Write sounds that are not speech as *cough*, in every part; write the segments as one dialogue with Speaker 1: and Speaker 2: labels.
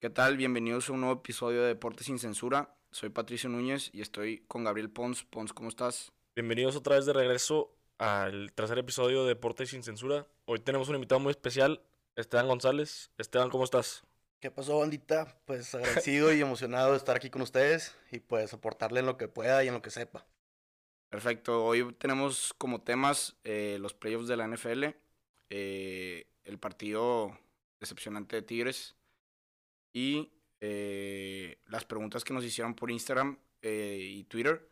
Speaker 1: ¿Qué tal? Bienvenidos a un nuevo episodio de Deportes sin Censura. Soy Patricio Núñez y estoy con Gabriel Pons. Pons, ¿cómo estás?
Speaker 2: Bienvenidos otra vez de regreso al tercer episodio de Deportes sin Censura. Hoy tenemos un invitado muy especial, Esteban González. Esteban, ¿cómo estás?
Speaker 3: ¿Qué pasó, oh, bandita? Pues agradecido y emocionado de estar aquí con ustedes y pues aportarle en lo que pueda y en lo que sepa.
Speaker 1: Perfecto, hoy tenemos como temas eh, los playoffs de la NFL, eh, el partido decepcionante de Tigres y eh, las preguntas que nos hicieron por Instagram eh, y Twitter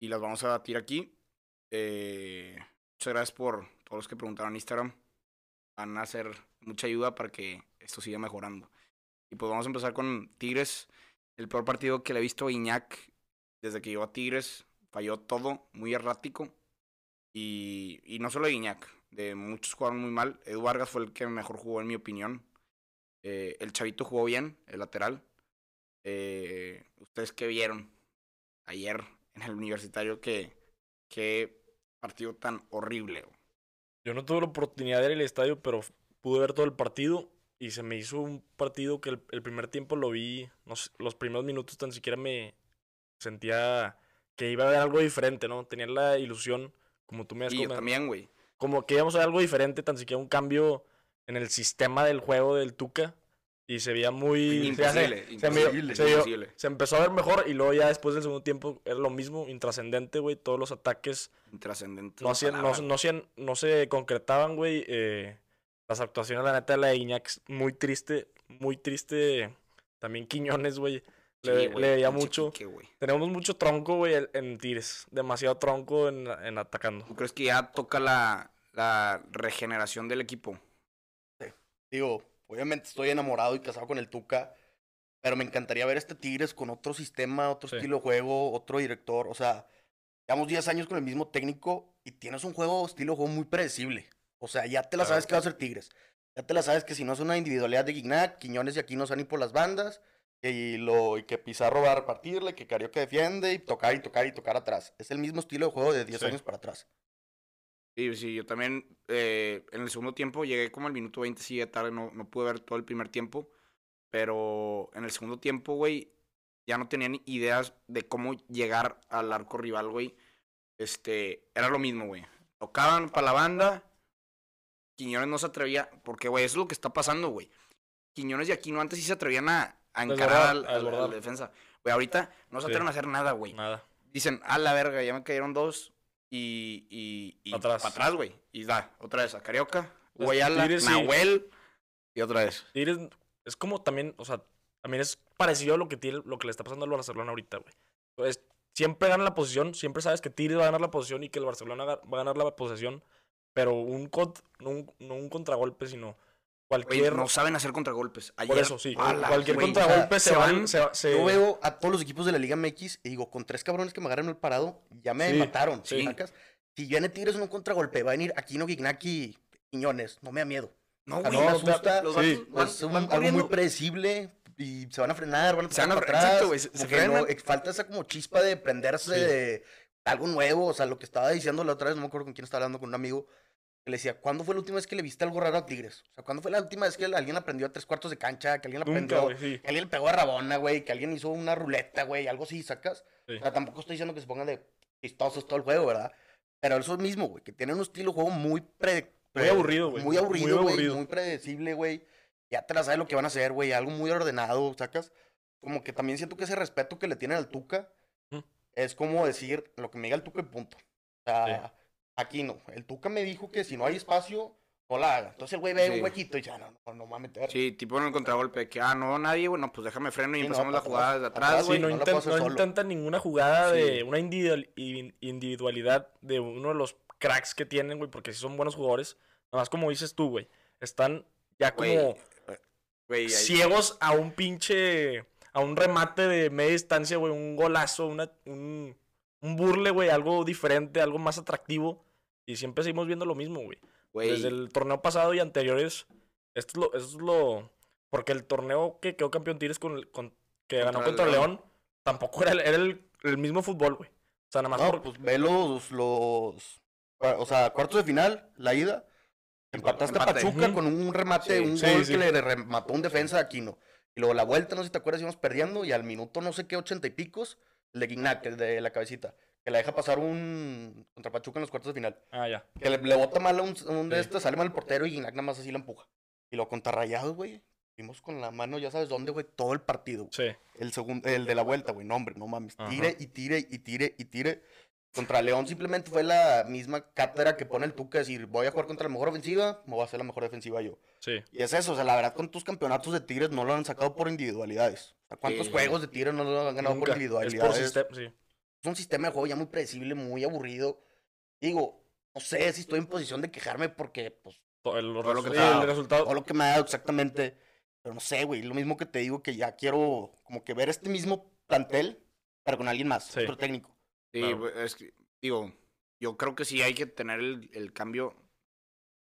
Speaker 1: y las vamos a batir aquí. Eh, muchas gracias por todos los que preguntaron en Instagram. Van a ser mucha ayuda para que esto siga mejorando. Y pues vamos a empezar con Tigres. El peor partido que le he visto a Iñak desde que llegó a Tigres. Falló todo, muy errático. Y, y no solo de Iñak, de muchos jugaron muy mal. Edu Vargas fue el que mejor jugó, en mi opinión. Eh, el chavito jugó bien, el lateral. Eh, ¿Ustedes qué vieron ayer en el universitario? ¿Qué, qué partido tan horrible? güey?
Speaker 2: Yo no tuve la oportunidad de ir al estadio, pero f- pude ver todo el partido y se me hizo un partido que el, el primer tiempo lo vi, no sé, los primeros minutos tan siquiera me sentía que iba a haber algo diferente, ¿no? Tenía la ilusión, como tú me has
Speaker 1: Y yo
Speaker 2: comentado,
Speaker 1: también, güey.
Speaker 2: como que íbamos a ver algo diferente, tan siquiera un cambio en el sistema del juego del Tuca y se veía muy... se hace-
Speaker 1: Imposible,
Speaker 2: se, me-
Speaker 1: imposible,
Speaker 2: se dio-
Speaker 1: imposible.
Speaker 2: se empezó a ver mejor y luego ya después del segundo tiempo era lo mismo, intrascendente, güey, todos los ataques
Speaker 1: Intrascendente.
Speaker 2: no,
Speaker 1: es la
Speaker 2: hacían, no,
Speaker 1: palabra.
Speaker 2: no hacían- no se concretaban, güey. eh, las actuaciones, la neta, la de Iñak, es muy triste, muy triste. También Quiñones, güey. Le,
Speaker 1: Sí,
Speaker 2: le
Speaker 1: güey,
Speaker 2: veía
Speaker 1: pinche
Speaker 2: mucho.
Speaker 1: Quique, güey.
Speaker 2: Tenemos mucho tronco, güey, en- en Tigres. Demasiado tronco en, en atacando.
Speaker 1: ¿Tú crees que ya toca la, la regeneración del equipo?
Speaker 3: Digo, obviamente estoy enamorado y casado con el Tuca, pero me encantaría ver a este Tigres con otro sistema, otro
Speaker 2: Sí.
Speaker 3: estilo de juego, otro director. O sea, llevamos 10 años con el mismo técnico y tienes un juego, estilo de juego muy predecible. O sea, ya te la
Speaker 2: Claro.
Speaker 3: sabes que va a ser Tigres. Ya te la sabes que si no es una individualidad de Guignac, Quiñones y aquí no salen por las bandas, y, lo, y que Pizarro va a repartirle, que Carioca defiende, y tocar y tocar y tocar atrás. Es el mismo estilo de juego de 10
Speaker 2: Sí.
Speaker 3: años para atrás.
Speaker 1: Sí, pues, sí, yo también eh, en el segundo tiempo llegué como al minuto 20, sí, de tarde, no, no pude ver todo el primer tiempo, pero en el segundo tiempo, güey, ya no tenían ideas de cómo llegar al arco rival, güey. Este, era lo mismo, güey. Tocaban para la banda, Quiñones no se atrevía, porque, güey, eso es lo que está pasando, güey. Quiñones y Aquino antes sí se atrevían a, a encarar
Speaker 2: Desbordar,
Speaker 1: al, al-
Speaker 2: a
Speaker 1: al
Speaker 2: desbordar.
Speaker 1: defensa. Güey, ahorita no se
Speaker 2: Sí.
Speaker 1: atreven a hacer nada, güey
Speaker 2: Nada.
Speaker 1: dicen, a la verga, ya me cayeron dos. Y. y, y
Speaker 2: Pa' atrás.
Speaker 1: pa' atrás, güey. Y da, otra vez a Carioca,
Speaker 2: Las
Speaker 1: Guayala,
Speaker 2: Tigres y-
Speaker 1: Nahuel. Y otra vez.
Speaker 2: Tigres es como también, o sea, también es parecido a lo que, tiene, lo que le está pasando al Barcelona ahorita, güey. Entonces, siempre gana la posición, siempre sabes que Tigres va a ganar la posición y que el Barcelona ga- va a ganar la posesión, pero un cont- no, un, no un contragolpe, sino
Speaker 1: Güey,
Speaker 2: cualquier...
Speaker 1: no saben hacer contragolpes. Ayer,
Speaker 2: por eso, sí.
Speaker 1: ala,
Speaker 2: cualquier
Speaker 1: güey.
Speaker 2: contragolpe
Speaker 1: O sea,
Speaker 2: se van... Se, va- se-
Speaker 3: Yo veo a todos los equipos de la Liga MX y digo, con tres cabrones que me agarraron el parado, ya me
Speaker 2: Sí,
Speaker 3: mataron.
Speaker 2: sí.
Speaker 3: ¿sacas? Si viene Tigres en un contragolpe, va a venir Aquino, Gignaki, Quiñones. No me da miedo.
Speaker 1: No,
Speaker 3: A
Speaker 1: Ah, güey,
Speaker 3: mí me
Speaker 1: no,
Speaker 3: asusta.
Speaker 1: los vatos
Speaker 2: Sí.
Speaker 1: van-
Speaker 3: es un-
Speaker 1: van
Speaker 3: algo muy
Speaker 1: corriendo.
Speaker 3: predecible y se van a frenar, van a
Speaker 1: Se van
Speaker 3: frenar
Speaker 1: a
Speaker 3: para
Speaker 1: fre-
Speaker 3: atrás.
Speaker 1: exacto, güey, se-
Speaker 3: como
Speaker 1: se
Speaker 3: que
Speaker 1: frenan.
Speaker 3: no- eh, falta esa como chispa de prenderse
Speaker 2: Sí.
Speaker 3: de algo nuevo. O sea, lo que estaba diciendo la otra vez, no me acuerdo con quién estaba hablando, con un amigo. Que le decía, ¿cuándo fue la última vez que le viste algo raro a Tigres? O sea, ¿cuándo fue la última vez que alguien aprendió a tres cuartos de cancha? Que alguien
Speaker 2: Nunca,
Speaker 3: aprendió
Speaker 2: güey, sí.
Speaker 3: que alguien le pegó a Rabona, güey, que alguien hizo una ruleta, güey, algo así, sacas.
Speaker 2: Sí.
Speaker 3: O sea, tampoco estoy diciendo que se pongan de pistosos todo el juego, ¿verdad? Pero eso mismo, güey, que tienen un estilo de juego muy pre...
Speaker 2: Muy
Speaker 3: pre-
Speaker 2: aburrido, güey.
Speaker 3: Muy aburrido,
Speaker 2: Muy
Speaker 3: güey,
Speaker 2: aburrido.
Speaker 3: muy predecible, güey. Ya te la sabes lo que van a hacer, güey, algo muy ordenado, sacas. Como que también siento que ese respeto que le tienen al Tuca
Speaker 2: Ujú.
Speaker 3: es como decir lo que me diga el Tuca y punto. O sea,
Speaker 2: Sí.
Speaker 3: aquí no. El Tuca me dijo que si no hay espacio, no la haga. Entonces el güey ve
Speaker 1: Sí.
Speaker 3: un huequito y ya, no, no, no va a meter.
Speaker 1: Sí, tipo en el contragolpe, que, ah, no, nadie, bueno, pues déjame freno y
Speaker 3: Sí, no,
Speaker 1: empezamos
Speaker 3: pa'
Speaker 1: la jugada desde
Speaker 3: atrás,
Speaker 1: atrás,
Speaker 2: Sí,
Speaker 1: güey.
Speaker 2: no,
Speaker 3: no la
Speaker 2: inten-
Speaker 3: puedo hacer
Speaker 2: no
Speaker 3: solo.
Speaker 2: intentan ninguna jugada
Speaker 1: Sí.
Speaker 2: de una individual- in- individualidad de uno de los cracks que tienen, güey, porque sí son buenos jugadores. Nada más como dices tú, güey, están ya como
Speaker 1: Güey, Güey, ahí-
Speaker 2: ciegos a un pinche, a un remate de media distancia, güey, un golazo, una, un, un burle, güey, algo diferente, algo más atractivo. Y siempre seguimos viendo lo mismo, güey.
Speaker 1: güey,
Speaker 2: Desde el torneo pasado y anteriores, esto es lo, esto es lo- porque el torneo que quedó campeón Tigres con, el- con- que
Speaker 1: Contra
Speaker 2: ganó
Speaker 1: el
Speaker 2: contra León,
Speaker 1: León.
Speaker 2: tampoco era, el, era el, el mismo fútbol, güey. O sea, nada más
Speaker 3: No,
Speaker 2: por-
Speaker 3: pues ve los, los- O sea, cuartos de final, la ida. Empataste a
Speaker 1: Empate.
Speaker 3: Pachuca
Speaker 2: Ujú.
Speaker 3: con un remate,
Speaker 1: Sí.
Speaker 3: un
Speaker 2: Sí,
Speaker 3: gol
Speaker 2: sí.
Speaker 3: que le remató un defensa a Aquino. Y luego la vuelta, no sé si te acuerdas, íbamos perdiendo y al minuto no sé qué, ochenta y picos, el de Guignac, el de la cabecita, que la deja pasar un contra Pachuca en los cuartos de final.
Speaker 2: Ah, ya.
Speaker 3: Que le, le bota mal a un, un de
Speaker 2: Sí.
Speaker 3: estos, sale mal el portero y Guignac nada más así la empuja. Y lo contra Rayados, güey. Vimos con la mano, ya sabes dónde, güey, todo el partido. güey.
Speaker 2: Sí.
Speaker 3: El segundo, el de la vuelta, güey. No, hombre, no mames.
Speaker 2: Ajá.
Speaker 3: Tire y tire y tire y tire. Contra León simplemente fue la misma cátedra que pone el Tuca decir, voy a jugar contra la mejor ofensiva, me voy a hacer la mejor defensiva yo.
Speaker 2: Sí.
Speaker 3: Y es eso, o sea, la verdad, con tus campeonatos de Tigres no lo han sacado por individualidades. O sea, ¿Cuántos
Speaker 1: Sí.
Speaker 3: juegos de Tigres no lo han ganado
Speaker 2: Nunca.
Speaker 3: por
Speaker 2: Es
Speaker 3: individualidades?
Speaker 2: por sistema, sí.
Speaker 3: es un sistema de juego ya muy predecible, muy aburrido. Digo, no sé si estoy en posición de quejarme porque, pues,
Speaker 2: To- el, los
Speaker 1: Todo lo que
Speaker 2: resu-
Speaker 1: te
Speaker 2: sí,
Speaker 1: ha
Speaker 2: el
Speaker 1: dado.
Speaker 2: resultado.
Speaker 3: todo lo que me ha dado exactamente. Pero no sé, güey, lo mismo que te digo que ya quiero como que ver este mismo plantel, pero con alguien más,
Speaker 2: Sí.
Speaker 3: otro técnico.
Speaker 1: Sí,
Speaker 2: Claro.
Speaker 1: pues, es que, digo, yo creo que sí hay que tener el, el cambio.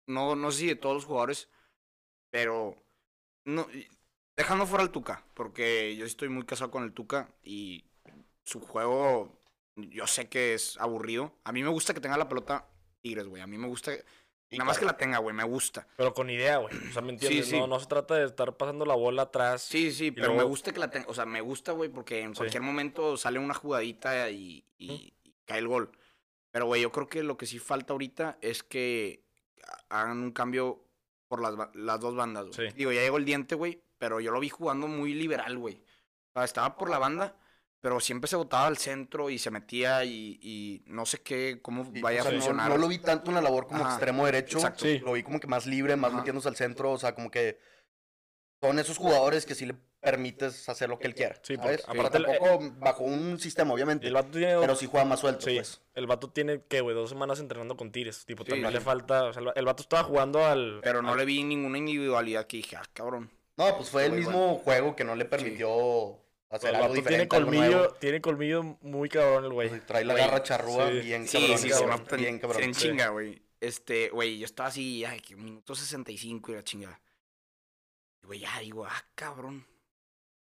Speaker 1: No, no sé si de todos los jugadores, pero no, y- dejando fuera al Tuca, porque yo estoy muy casado con el Tuca y su juego yo sé que es aburrido. A mí me gusta que tenga la pelota Tigres, güey. A mí me gusta,
Speaker 3: Y
Speaker 1: nada más que
Speaker 3: claro,
Speaker 1: la tenga, güey, me gusta.
Speaker 2: Pero con idea, güey. O sea, ¿me entiendes?
Speaker 1: sí.
Speaker 2: No, no se trata de estar pasando la bola atrás.
Speaker 1: Sí, sí, pero me
Speaker 2: luego-
Speaker 1: gusta que la tenga, o sea, me gusta, güey, porque en
Speaker 2: Sí.
Speaker 1: cualquier momento sale una jugadita y, y- y cae el gol. Pero, güey, yo creo que lo que sí falta ahorita es que ha- hagan un cambio por las, ba- las dos bandas, güey.
Speaker 2: Sí.
Speaker 1: Digo, ya llegó el diente, güey, pero yo lo vi jugando muy liberal, güey. O sea, estaba por la banda, pero siempre se botaba al centro y se metía y, y no sé qué, cómo
Speaker 3: y,
Speaker 1: vaya
Speaker 3: o sea,
Speaker 1: a
Speaker 3: no-
Speaker 1: funcionar.
Speaker 3: no, lo vi tanto una labor como
Speaker 1: Ajá,
Speaker 3: extremo derecho.
Speaker 1: exacto.
Speaker 2: Sí.
Speaker 3: Lo vi como que más libre, más
Speaker 1: Ajá.
Speaker 3: metiéndose al centro. O sea, como que son esos jugadores que sí le permites hacer lo que él quiera.
Speaker 2: Sí,
Speaker 3: ¿sabes?
Speaker 2: porque aparte
Speaker 3: Aparte,
Speaker 2: el-
Speaker 3: tampoco bajo un sistema,
Speaker 2: Y
Speaker 3: obviamente.
Speaker 2: el vato tiene.
Speaker 3: Pero sí juega más suelto,
Speaker 2: Sí,
Speaker 3: pues.
Speaker 2: el vato tiene que, güey, dos semanas entrenando con Tigres. Tipo,
Speaker 1: Sí,
Speaker 2: también
Speaker 1: sí.
Speaker 2: le falta. O sea, el- el vato estaba jugando al.
Speaker 1: Pero no le vi ninguna individualidad que dije, ah, cabrón.
Speaker 3: No, pues fue el
Speaker 1: Muy
Speaker 3: mismo juego que no le permitió hacer
Speaker 2: Pues el
Speaker 3: algo
Speaker 2: vato tiene
Speaker 3: diferente. algo
Speaker 2: colmillo,
Speaker 3: nuevo.
Speaker 2: tiene colmillo muy cabrón el güey.
Speaker 3: Pues, Trae la
Speaker 1: Güey,
Speaker 3: garra charrúa
Speaker 2: sí.
Speaker 3: bien
Speaker 1: Sí,
Speaker 3: cabrón.
Speaker 1: sí, se
Speaker 3: cabrón,
Speaker 1: va tan-
Speaker 3: bien cabrón.
Speaker 1: en
Speaker 2: sí.
Speaker 1: chinga, güey. Este, güey, yo estaba así, ay, que minuto 65 y la chingada. Y, Güey, ya digo, ah, cabrón.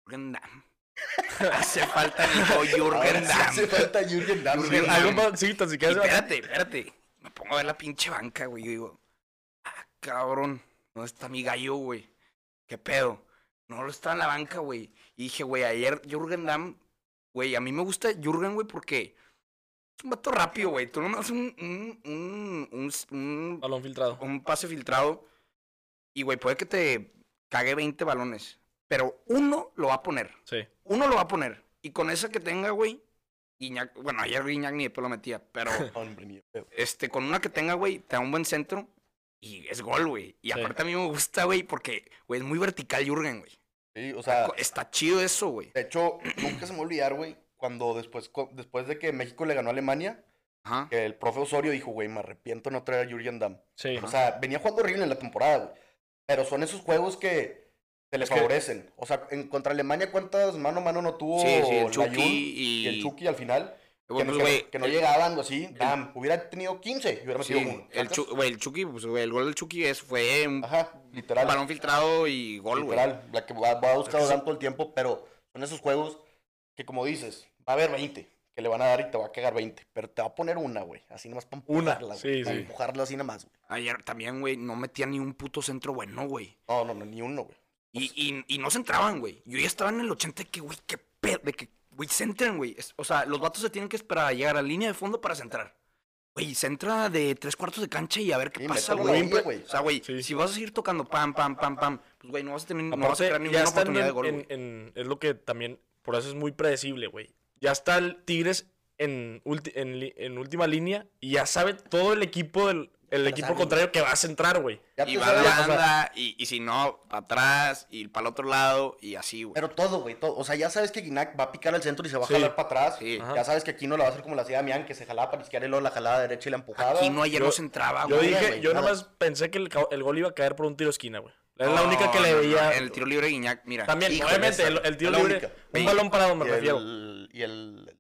Speaker 1: Jürgen Damm. *laughs* Hace falta el hijo
Speaker 3: *laughs* Ahora
Speaker 1: Jürgen
Speaker 3: sí hace
Speaker 1: Damm.
Speaker 3: falta Jürgen Damm.
Speaker 1: Jürgen
Speaker 3: güey.
Speaker 1: Damm.
Speaker 2: Algo más, *laughs* sí, tan
Speaker 1: Y
Speaker 2: siquiera. se va-
Speaker 1: Espérate, espérate. Me pongo a ver la pinche banca, güey. Yo digo, ah, cabrón. ¿Dónde está mi gallo, güey? ¿Qué pedo? No lo está en la banca, güey. Y dije, güey, ayer Jürgen Damm, güey, a mí me gusta Jürgen, güey, porque es un vato rápido, güey. Tú nomás un, un, un, un, un,
Speaker 2: Balón filtrado.
Speaker 1: un pase filtrado y, güey, puede que te cague 20 balones, pero uno lo va a poner
Speaker 2: Sí.
Speaker 1: uno lo va a poner. Y con esa que tenga, güey, Guiñac, bueno, ayer Guiñac ni después lo metía, pero
Speaker 3: Hombre mío, feo.
Speaker 1: este, con una que tenga, güey, te da un buen centro y es gol, güey. Y
Speaker 2: Sí.
Speaker 1: aparte a mí me gusta, güey, porque, güey, es muy vertical Jürgen, güey.
Speaker 3: Sí, o sea,
Speaker 1: Está chido eso, güey.
Speaker 3: de hecho, nunca se me va a olvidar, güey, cuando después, co- después de que México le ganó a Alemania,
Speaker 1: Ajá.
Speaker 3: que el profe Osorio dijo, güey, me arrepiento no traer a Jürgen Damm.
Speaker 2: Sí.
Speaker 3: O sea, venía jugando horrible en la temporada, güey. Pero son esos juegos que te le
Speaker 2: Es que-
Speaker 3: favorecen. O sea, en contra Alemania, ¿cuántas mano a mano no tuvo
Speaker 1: Sí, sí, el
Speaker 3: Layún
Speaker 1: Chucky
Speaker 3: y...
Speaker 1: y-
Speaker 3: el Chucky al final?
Speaker 1: Güey,
Speaker 3: que, no-
Speaker 1: pues,
Speaker 3: que no-
Speaker 1: güey,
Speaker 3: que no
Speaker 1: el-
Speaker 3: llegaban o así. Damn, hubiera tenido 15 y hubiera
Speaker 1: sí,
Speaker 3: metido uno.
Speaker 1: el,
Speaker 3: ¿sacas?
Speaker 1: Chu- güey, el Chucky, pues, güey, el gol del Chucky es, fue un
Speaker 3: Ajá, literal.
Speaker 1: balón filtrado y gol, güey.
Speaker 3: literal. La que va, va buscando
Speaker 2: Es que sí.
Speaker 3: tanto el tiempo, pero son esos juegos que, como dices, va a haber 20 que le van a dar y te va a cagar 20. Pero te va a poner una, güey. Así nomás para
Speaker 2: Una,
Speaker 3: empujarla. güey,
Speaker 2: sí,
Speaker 3: para
Speaker 2: sí.
Speaker 3: empujarla así nomás, güey.
Speaker 1: Ayer también, güey, no metía ni un puto centro bueno, güey.
Speaker 3: No, no, no, ni uno, güey.
Speaker 1: Y, y, y no se entraban, güey. Yo ya estaba en el 80 de que, güey, qué pedo, de que, güey, se entran, güey. Es- O sea, los vatos se tienen que esperar a llegar a línea de fondo para centrar. Güey, se entra de tres cuartos de cancha y a ver qué
Speaker 3: Sí,
Speaker 1: pasa,
Speaker 3: mételo a la
Speaker 1: güey.
Speaker 3: orilla, güey.
Speaker 1: O sea, güey,
Speaker 2: Sí.
Speaker 1: si vas a seguir tocando pam, pam, pam, pam, pues, güey, no vas a tener, no vas a
Speaker 2: Aparte,
Speaker 1: crear
Speaker 2: ya
Speaker 1: ninguna
Speaker 2: está en,
Speaker 1: oportunidad de gol,
Speaker 2: en-
Speaker 1: güey.
Speaker 2: en- Es lo que también. Por eso es muy predecible, güey. Ya está el Tigres en, ulti- en, li- en última línea y ya sabe todo el equipo del. El equipo
Speaker 3: saben.
Speaker 2: contrario que va a centrar, güey.
Speaker 3: Ya
Speaker 1: Y
Speaker 3: te
Speaker 1: va
Speaker 3: sabes,
Speaker 1: la
Speaker 3: o sea,
Speaker 1: banda, y, y si no, para atrás, y para el otro lado, y así, güey.
Speaker 3: Pero todo, güey, todo. O sea, ya sabes que Guinac va a picar al centro y se va a
Speaker 2: Sí.
Speaker 3: jalar para atrás.
Speaker 1: Sí.
Speaker 2: Ajá.
Speaker 3: Ya sabes que aquí no la va a hacer como la hacía Damián, que se jalaba para izquierda y luego la jalada derecha y la empujada.
Speaker 1: Aquí no, ayer
Speaker 2: Yo-
Speaker 1: no se entraba,
Speaker 2: Yo
Speaker 1: Ah, güey.
Speaker 2: dije,
Speaker 3: güey,
Speaker 2: yo nada
Speaker 3: nada.
Speaker 2: más pensé que el, ca- el gol iba a caer por un tiro esquina, güey. Es la
Speaker 1: No,
Speaker 2: única que le
Speaker 1: no, no,
Speaker 2: veía.
Speaker 1: El tiro libre de Guiñac, mira.
Speaker 2: También,
Speaker 3: Híjole,
Speaker 2: obviamente,
Speaker 3: esa
Speaker 2: el, el tiro
Speaker 3: es la
Speaker 2: libre.
Speaker 3: única.
Speaker 2: Un balón parado, me
Speaker 3: y
Speaker 2: refiero.
Speaker 3: El, y el,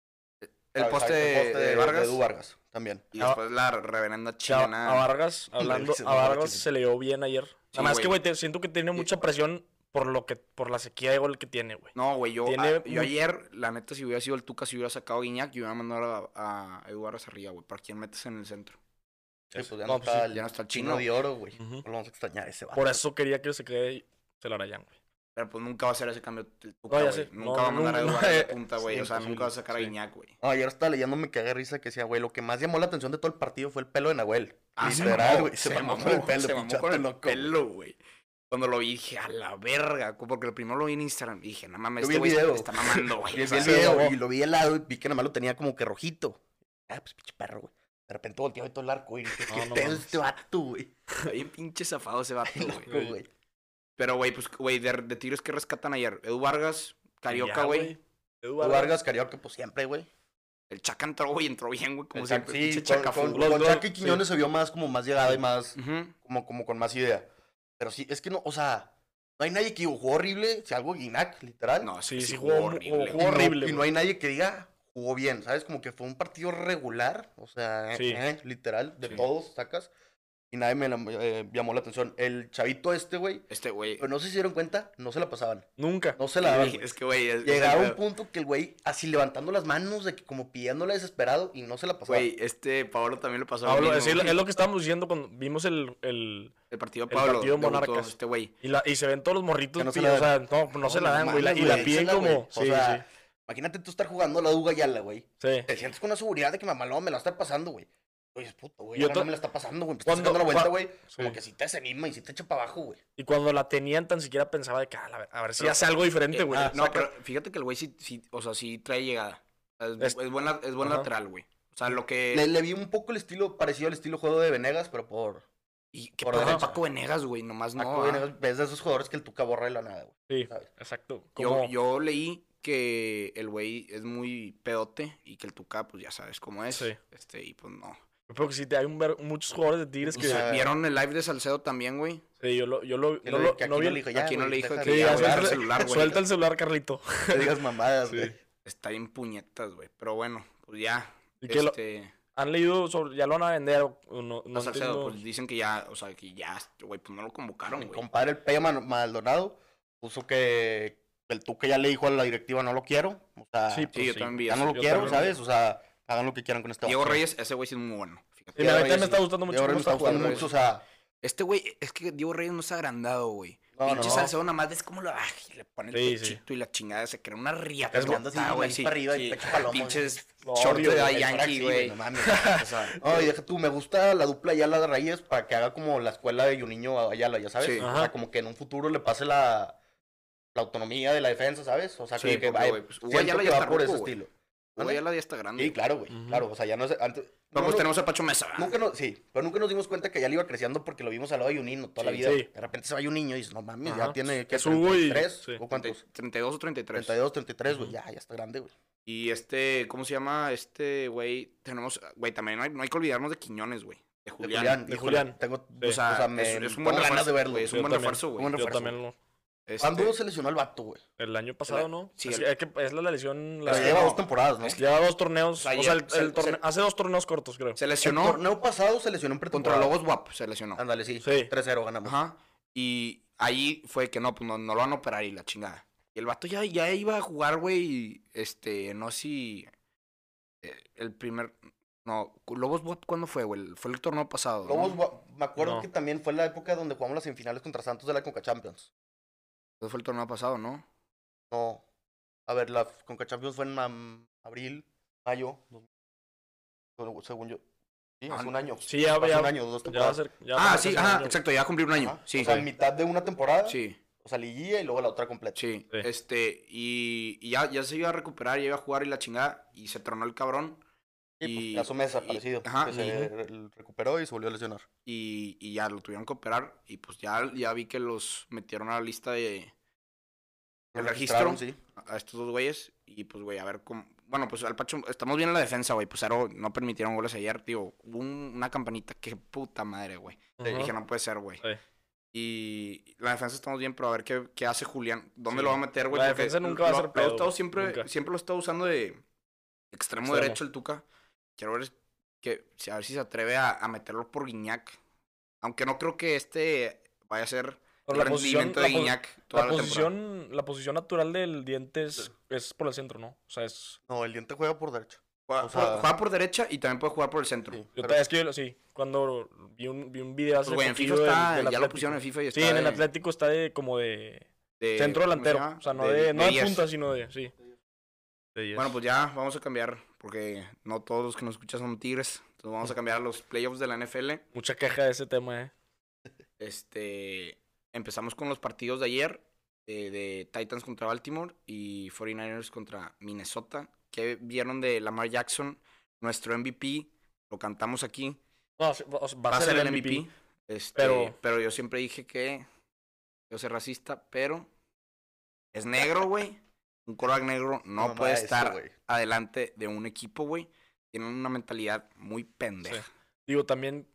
Speaker 1: El poste de, de Vargas.
Speaker 3: Edu Vargas también.
Speaker 1: y después la reverenda
Speaker 2: Que A,
Speaker 1: chilena.
Speaker 2: a Vargas, hablando,
Speaker 3: dices,
Speaker 2: a
Speaker 3: no,
Speaker 2: Vargas
Speaker 3: chile.
Speaker 2: se le dio bien ayer.
Speaker 1: Sí,
Speaker 2: Nada más que,
Speaker 1: güey.
Speaker 2: güey, te- siento que tiene mucha presión por lo que, por la sequía de gol que tiene, güey.
Speaker 1: No, güey, yo,
Speaker 2: Tiene
Speaker 1: a- yo
Speaker 2: mu-
Speaker 1: ayer, la neta, si hubiera sido el Tuca, si hubiera sacado a Guiñac, yo hubiera mandado a, a Eduardo Sarría, güey. ¿Para quién metes en el centro?
Speaker 3: Sí, pues ya
Speaker 2: No,
Speaker 3: no,
Speaker 2: pues
Speaker 3: está
Speaker 2: sí,
Speaker 3: el
Speaker 1: ya no está el
Speaker 3: chino
Speaker 1: chino.
Speaker 3: de oro, güey. Pues,
Speaker 2: Ujú.
Speaker 3: No lo vamos a extrañar ese vato.
Speaker 2: Por eso quería que se quede Celarayán, güey.
Speaker 1: Pero pues nunca va a hacer ese cambio el Tuca,
Speaker 2: No, ya
Speaker 1: güey.
Speaker 2: sé. No,
Speaker 1: Nunca va a mandar a
Speaker 2: no, no,
Speaker 1: Eduardo
Speaker 2: *laughs*
Speaker 1: de
Speaker 3: eh,
Speaker 1: punta,
Speaker 3: sí,
Speaker 1: güey. o sea,
Speaker 3: imposible,
Speaker 1: nunca va a sacar a
Speaker 3: sí.
Speaker 1: Guiñac, güey.
Speaker 3: Ayer estaba leyendo, me cagué de risa que decía, güey, lo que más llamó la atención de todo el partido fue el pelo de Nahuel.
Speaker 1: Ah, se
Speaker 3: Literal,
Speaker 1: mamó,
Speaker 3: güey. Se,
Speaker 1: se
Speaker 3: mamó
Speaker 1: mamó,
Speaker 3: con el pelo,
Speaker 1: se mamó
Speaker 3: pinche
Speaker 1: con el
Speaker 3: vato loco.
Speaker 1: pelo, güey. Cuando lo vi, dije, a la verga. cu- Porque lo primero lo vi en Instagram. y Dije, no mames,
Speaker 3: Yo vi
Speaker 1: este
Speaker 3: el
Speaker 1: güey
Speaker 3: video.
Speaker 1: está, está
Speaker 3: *laughs*
Speaker 1: mamando, güey.
Speaker 3: Y
Speaker 1: o
Speaker 3: vi
Speaker 1: sea,
Speaker 3: el
Speaker 2: se
Speaker 3: video
Speaker 2: mamó.
Speaker 3: y lo vi helado y vi que nomás lo tenía como que rojito. Ah, pues pinche perro, güey. De repente volteaba y todo el arco, güey. ¿Qué
Speaker 2: No, no
Speaker 3: pedo
Speaker 2: mames.
Speaker 3: este vato, güey?
Speaker 1: *laughs* Está bien pinche zafado ese vato, güey.
Speaker 3: Loco, güey.
Speaker 1: Pero, güey, pues, güey, de, de tiros que rescatan ayer. Edu Vargas, Carioca,
Speaker 2: Ya,
Speaker 1: güey.
Speaker 2: Edu
Speaker 3: Tú,
Speaker 2: Vargas.
Speaker 3: Vargas, Carioca, pues siempre, güey.
Speaker 1: El Chaca entró, güey, entró bien, güey. Como
Speaker 3: El Chac-
Speaker 1: siempre,
Speaker 3: sí,
Speaker 1: pinche
Speaker 3: con,
Speaker 1: Chaca fútbol.
Speaker 3: con, con
Speaker 2: Los
Speaker 3: Chaca
Speaker 2: dos,
Speaker 3: y Quiñones se vio más como más llegada y más
Speaker 1: Ujú.
Speaker 3: como, como con más idea. Pero sí, es que no, o sea, no hay nadie que jugó horrible, si algo Guinac, literal.
Speaker 1: No,
Speaker 2: Sí,
Speaker 1: sí,
Speaker 2: sí,
Speaker 1: sí,
Speaker 2: jugó
Speaker 1: jugó
Speaker 2: mu-
Speaker 1: horrible.
Speaker 2: jugó
Speaker 1: güey.
Speaker 3: Y no-
Speaker 2: horrible,
Speaker 3: Y no
Speaker 2: güey.
Speaker 3: hay nadie que diga jugó bien, ¿sabes? Como que fue un partido regular, o sea,
Speaker 2: Sí.
Speaker 3: eh, literal, de
Speaker 1: Sí.
Speaker 3: todos sacas. Y nadie me la- eh, llamó la atención. El chavito este, güey,
Speaker 1: Este, güey.
Speaker 3: pero no sé si se dieron cuenta, no se la pasaban,
Speaker 2: Nunca.
Speaker 3: no
Speaker 1: *laughs*
Speaker 3: se la daban.
Speaker 1: güey,
Speaker 3: güey.
Speaker 1: Es que, güey. es-
Speaker 3: Llegaba
Speaker 1: es el
Speaker 3: un punto que el güey así levantando las manos, de que como pidiéndole desesperado y no se la pasaba.
Speaker 1: Güey, este Pablo también le pasó lo
Speaker 2: Pablo,
Speaker 1: mismo,
Speaker 2: es, es lo-
Speaker 1: güey.
Speaker 2: es lo que estábamos diciendo cuando vimos el. el-
Speaker 1: El partido
Speaker 2: el
Speaker 1: Pablo.
Speaker 2: partido
Speaker 1: debutó
Speaker 2: Monarcas.
Speaker 1: Este güey.
Speaker 2: y, la, y se ven todos los morritos.
Speaker 3: Que no se
Speaker 2: pi-
Speaker 3: la
Speaker 2: o sea, no, no, se la dan, güey. la-
Speaker 3: mames,
Speaker 2: Y la
Speaker 3: güey,
Speaker 2: piden
Speaker 3: dísela, güey.
Speaker 2: como.
Speaker 3: o
Speaker 2: Sí,
Speaker 3: sea, imagínate tú estar jugando a la Duga Yala, güey.
Speaker 2: sí, sí.
Speaker 3: Te sientes con una seguridad de que mamá, no, me la está pasando, güey. Oye, puto, güey,
Speaker 2: Y
Speaker 3: ahora
Speaker 2: otro-
Speaker 3: no me la está pasando, güey. Me estás
Speaker 2: Cuando-
Speaker 3: dando la vuelta,
Speaker 2: cua-
Speaker 3: güey. Como
Speaker 2: sí.
Speaker 3: que si te desanima y si te echa para abajo, güey.
Speaker 2: Y cuando la tenían, tan siquiera pensaba de que, "Ah, la ver- a ver si
Speaker 1: Pero-
Speaker 2: hace algo diferente,
Speaker 1: Eh,
Speaker 2: güey.
Speaker 1: no,
Speaker 2: Saca-
Speaker 1: pero fíjate que el güey sí, sí, o sea, sí trae llegada. O sea, Es,
Speaker 2: Es-
Speaker 1: es buen, la- es buen
Speaker 2: Ajá.
Speaker 1: lateral, güey. O sea, lo
Speaker 3: Le,
Speaker 1: que.
Speaker 3: le vi un poco el estilo parecido al estilo juego de Venegas, pero por.
Speaker 1: Y qué
Speaker 3: por
Speaker 1: padre
Speaker 3: derecha.
Speaker 1: Paco Venegas, güey. Nomás
Speaker 3: Paco
Speaker 1: no. ah.
Speaker 3: Venegas es de esos jugadores que el Tuca borra de la nada, güey.
Speaker 2: Sí,
Speaker 3: ¿sabes?
Speaker 2: exacto.
Speaker 1: Yo,
Speaker 2: Como-
Speaker 1: yo leí que el güey es muy pedote y que el Tuca, pues ya sabes cómo es.
Speaker 2: Sí.
Speaker 1: Este, y pues no.
Speaker 2: Yo creo que sí, te- hay un ver- muchos jugadores de Tigres
Speaker 1: O
Speaker 2: que.
Speaker 1: sea, ¿Vieron el live de Salcedo también, güey?
Speaker 2: Sí, yo lo, yo lo,
Speaker 3: Que
Speaker 2: no
Speaker 3: le-
Speaker 2: lo-
Speaker 3: que aquí
Speaker 2: no vi
Speaker 3: no
Speaker 2: el-
Speaker 3: le dijo,
Speaker 1: aquí
Speaker 3: ya,
Speaker 1: no
Speaker 3: güey,
Speaker 1: le dijo
Speaker 3: deja
Speaker 1: que
Speaker 2: Sí,
Speaker 3: de
Speaker 1: ya,
Speaker 2: ya,
Speaker 3: hablar,
Speaker 1: suelta el
Speaker 2: suelta,
Speaker 1: celular, güey.
Speaker 2: suelta el celular, Carlito.
Speaker 3: No digas mamadas,
Speaker 2: Sí.
Speaker 3: güey.
Speaker 1: Está bien puñetas, güey. Pero bueno, pues ya.
Speaker 2: Y que lo-
Speaker 1: este...
Speaker 2: han leído sobre, ya lo van a vender o o no, no
Speaker 1: a Salcedo,
Speaker 2: entiendo.
Speaker 1: pues dicen que ya, o sea, que ya, güey, pues no lo convocaron,
Speaker 3: Mi
Speaker 1: güey.
Speaker 3: compadre, el Peña Man- Maldonado, puso que el Tuca ya le dijo a la directiva, no lo quiero. O sea,
Speaker 2: Sí,
Speaker 1: Sí, yo
Speaker 2: sí.
Speaker 1: también vi
Speaker 3: pues ya
Speaker 1: eso.
Speaker 3: no lo
Speaker 2: yo
Speaker 3: quiero,
Speaker 2: también.
Speaker 3: ¿sabes? O sea, hagan lo que quieran con este
Speaker 1: Diego
Speaker 3: vato.
Speaker 1: Reyes, ese güey sí es muy bueno. fíjate.
Speaker 2: Y la
Speaker 3: Diego
Speaker 2: neta
Speaker 3: Reyes,
Speaker 2: me está gustando mucho
Speaker 3: Diego Reyes
Speaker 2: cómo
Speaker 3: me está
Speaker 2: está
Speaker 3: gustando
Speaker 2: jugando.
Speaker 1: jugando,
Speaker 3: mucho, o sea.
Speaker 1: Este güey, es que Diego Reyes no se ha agrandado, güey.
Speaker 3: No,
Speaker 1: Pinche
Speaker 3: no.
Speaker 1: Salcedo nada más ves cómo lo ah, y le pone el
Speaker 2: Sí,
Speaker 1: pechito y la chingada, se crea una riata.
Speaker 2: Es
Speaker 3: que anda así,
Speaker 1: güey,
Speaker 3: nariz para arriba y pecho palomo,
Speaker 1: Pinches
Speaker 2: Lo
Speaker 1: short
Speaker 2: odio,
Speaker 1: de
Speaker 2: güey,
Speaker 1: Daddy
Speaker 3: El
Speaker 1: Yankee,
Speaker 3: Braxi,
Speaker 1: güey.
Speaker 3: no mames.
Speaker 1: O
Speaker 3: *laughs*
Speaker 1: sea,
Speaker 3: Ay, deja tú, me gusta la dupla Ayala de Reyes para que haga como la escuela de Juninho a Ayala, ya sabes.
Speaker 1: Sí.
Speaker 3: O sea,
Speaker 2: Ajá.
Speaker 3: como que en un futuro le pase la, la autonomía de la defensa, ¿sabes? O sea,
Speaker 1: Sí,
Speaker 3: como que
Speaker 1: porque,
Speaker 3: va,
Speaker 1: güey, pues, Hugo
Speaker 3: siento
Speaker 1: Ayala
Speaker 3: que
Speaker 1: ya
Speaker 3: va
Speaker 1: está
Speaker 3: por
Speaker 1: ruco,
Speaker 3: ese
Speaker 1: güey.
Speaker 3: estilo.
Speaker 1: güey, ya la ya está grande.
Speaker 3: Sí, claro, güey,
Speaker 2: Ujú.
Speaker 3: claro. O sea, ya no es... Antes,
Speaker 1: Pero
Speaker 3: no
Speaker 1: pues
Speaker 3: nos-
Speaker 1: tenemos a Pacho Mesa, ¿verdad?
Speaker 3: Nunca nos- sí, pero nunca nos dimos cuenta que Ayala iba creciendo porque lo vimos al lado de Juninho toda la
Speaker 2: Sí,
Speaker 3: vida.
Speaker 2: sí.
Speaker 3: De repente se va Juninho y dices, no mames,
Speaker 2: Ajá.
Speaker 3: ya tiene... ¿qué,
Speaker 2: Es Hugo y-
Speaker 3: 33,
Speaker 2: sí.
Speaker 3: ¿O cuántos?
Speaker 1: 32 o 33.
Speaker 3: 32, 33, güey,
Speaker 2: Ujú.
Speaker 3: ya, ya está grande, güey.
Speaker 1: Y este, ¿cómo se llama? Este, güey, tenemos, güey, también no hay, no hay que olvidarnos de Quiñones, güey. De
Speaker 3: De
Speaker 1: Julián.
Speaker 2: de
Speaker 3: híjole,
Speaker 2: Julián.
Speaker 3: Tengo,
Speaker 2: Sí.
Speaker 3: o sea, me,
Speaker 1: es, es un buen
Speaker 3: tengo
Speaker 1: refuerzo,
Speaker 3: ganas de verlo.
Speaker 1: güey, es
Speaker 2: Yo
Speaker 1: un buen
Speaker 2: también.
Speaker 1: refuerzo, güey.
Speaker 3: Buen
Speaker 2: Yo
Speaker 3: refuerzo.
Speaker 2: también lo.
Speaker 1: Este,
Speaker 3: ¿Cuándo se lesionó el vato, güey?
Speaker 2: El año pasado, ¿no?
Speaker 1: sí,
Speaker 2: es,
Speaker 1: el-
Speaker 2: es que es la lesión. la-
Speaker 1: Es
Speaker 3: Pero
Speaker 1: que
Speaker 3: lleva
Speaker 1: no.
Speaker 3: dos temporadas, ¿no?
Speaker 1: Es
Speaker 2: lleva dos torneos.
Speaker 1: O sea,
Speaker 2: o sea, el,
Speaker 1: ya- se-
Speaker 2: el torne-
Speaker 1: se-
Speaker 2: hace dos torneos cortos, creo.
Speaker 1: se
Speaker 3: El
Speaker 1: lesionó
Speaker 3: torneo pasado se lesionó en
Speaker 1: contra
Speaker 3: pretemporada.
Speaker 1: Lobos WAP, se lesionó.
Speaker 3: Ándale, sí.
Speaker 2: Sí.
Speaker 3: 3-0 ganamos.
Speaker 1: Ajá. Y ahí fue que no, pues no, no lo van a operar y la chingada. Y el vato ya, ya iba a jugar, güey, y, este, no sé si eh, el primer, no, Lobos WAP, ¿cuándo fue, güey? Fue el torneo pasado, ¿no?
Speaker 3: Lobos, gua- me acuerdo
Speaker 2: No.
Speaker 3: que también fue la época donde jugamos las semifinales contra Santos de la Conca Champions.
Speaker 1: Fue el torneo pasado, ¿no?
Speaker 3: No. A ver, la Conca Champions fue en mam- abril, mayo. dos- pero Según yo. Sí,
Speaker 1: Ah,
Speaker 3: hace un año.
Speaker 2: Sí, ya,
Speaker 3: Hace
Speaker 2: ya,
Speaker 3: un año, dos
Speaker 2: ya va a
Speaker 3: temporadas.
Speaker 2: ser. ya va
Speaker 1: ah,
Speaker 2: a
Speaker 1: sí,
Speaker 2: ser
Speaker 1: ajá,
Speaker 2: año.
Speaker 1: exacto, ya cumplió un año.
Speaker 3: Ajá.
Speaker 1: Sí,
Speaker 3: O sea,
Speaker 1: sí,
Speaker 3: en mitad de una temporada.
Speaker 1: sí.
Speaker 3: O sea, liguilla y luego la otra completa.
Speaker 1: Sí,
Speaker 2: Sí.
Speaker 1: este, y, y ya, ya se iba a recuperar, ya iba a jugar y la chingada, y se tronó el cabrón,
Speaker 3: Sí, pues,
Speaker 1: Y-
Speaker 3: ya se me
Speaker 1: y-
Speaker 3: desaparecido.
Speaker 1: ajá,
Speaker 3: que se re- recuperó y se volvió a lesionar.
Speaker 1: y, y ya lo tuvieron que operar, y pues ya, ya vi que los metieron a la lista de
Speaker 3: Lo
Speaker 1: ¿El
Speaker 3: registraron,
Speaker 1: registro?
Speaker 3: Sí.
Speaker 1: a estos dos güeyes, y pues, güey, a ver cómo... Bueno, pues al Pacho, estamos bien en la defensa, güey, pues Aro no permitieron goles ayer, tío, hubo un- una campanita, qué puta madre, güey.
Speaker 2: Ajá.
Speaker 1: Dije, no puede ser, güey.
Speaker 2: Sí.
Speaker 1: Y la defensa estamos bien, pero a ver qué, qué hace Julián. ¿Dónde
Speaker 2: Sí.
Speaker 1: lo va a meter, güey?
Speaker 2: La
Speaker 1: Porque
Speaker 2: defensa nunca va a
Speaker 1: lo-
Speaker 2: ser
Speaker 1: lo
Speaker 2: pedo,
Speaker 1: estado
Speaker 2: güey.
Speaker 1: siempre,
Speaker 2: Nunca.
Speaker 1: siempre lo está usando de extremo,
Speaker 2: Extremo.
Speaker 1: derecho el Tuca. Quiero ver, que, si- a ver si se atreve a, a meterlo por Guiñac. Aunque no creo que este vaya a ser el
Speaker 2: Pero la posición,
Speaker 1: rendimiento
Speaker 2: la
Speaker 1: de
Speaker 2: pos-
Speaker 1: Guiñac toda
Speaker 2: la,
Speaker 1: la, temporada.
Speaker 2: posición, la posición natural del diente es, es por el centro, ¿no? O sea, es.
Speaker 3: No, el diente juega por derecho.
Speaker 1: Juega,
Speaker 3: o sea-
Speaker 1: juega por derecha y también puede jugar por el centro.
Speaker 3: Sí,
Speaker 2: Yo
Speaker 3: pero-
Speaker 2: te- es que yo lo- sí, cuando vi un, vi un video hace
Speaker 1: Pues, güey, en
Speaker 2: poquillo
Speaker 1: FIFA está,
Speaker 2: del- del
Speaker 1: ya lo
Speaker 2: Atlético.
Speaker 1: pusieron en FIFA y está
Speaker 2: Sí, en el
Speaker 1: de-
Speaker 2: Atlético está de como de
Speaker 1: de-
Speaker 2: Centro
Speaker 1: ¿cómo se
Speaker 2: delantero.
Speaker 1: llama?
Speaker 2: O sea, no de, no de
Speaker 1: 10.
Speaker 2: punta, sino de. Sí. De 10.
Speaker 1: Bueno, pues ya vamos a cambiar, porque no todos los que nos escuchan son tigres. Entonces vamos a cambiar a los playoffs de la NFL.
Speaker 2: Mucha queja de ese tema, ¿eh?
Speaker 1: Este, empezamos con los partidos de ayer eh, de Titans contra Baltimore y 49ers contra Minnesota. ¿Qué vieron de Lamar Jackson? Nuestro MVP, lo cantamos aquí.
Speaker 2: No, sí, va, o sea, va
Speaker 1: Va a ser el MVP. este,
Speaker 2: pero-
Speaker 1: pero... yo siempre dije que yo soy racista, pero es negro, güey. Un coreback negro no
Speaker 3: Mamá
Speaker 1: puede
Speaker 3: esa,
Speaker 1: estar
Speaker 3: güey.
Speaker 1: adelante de un equipo, güey. Tienen una mentalidad muy pendeja.
Speaker 2: Digo, también.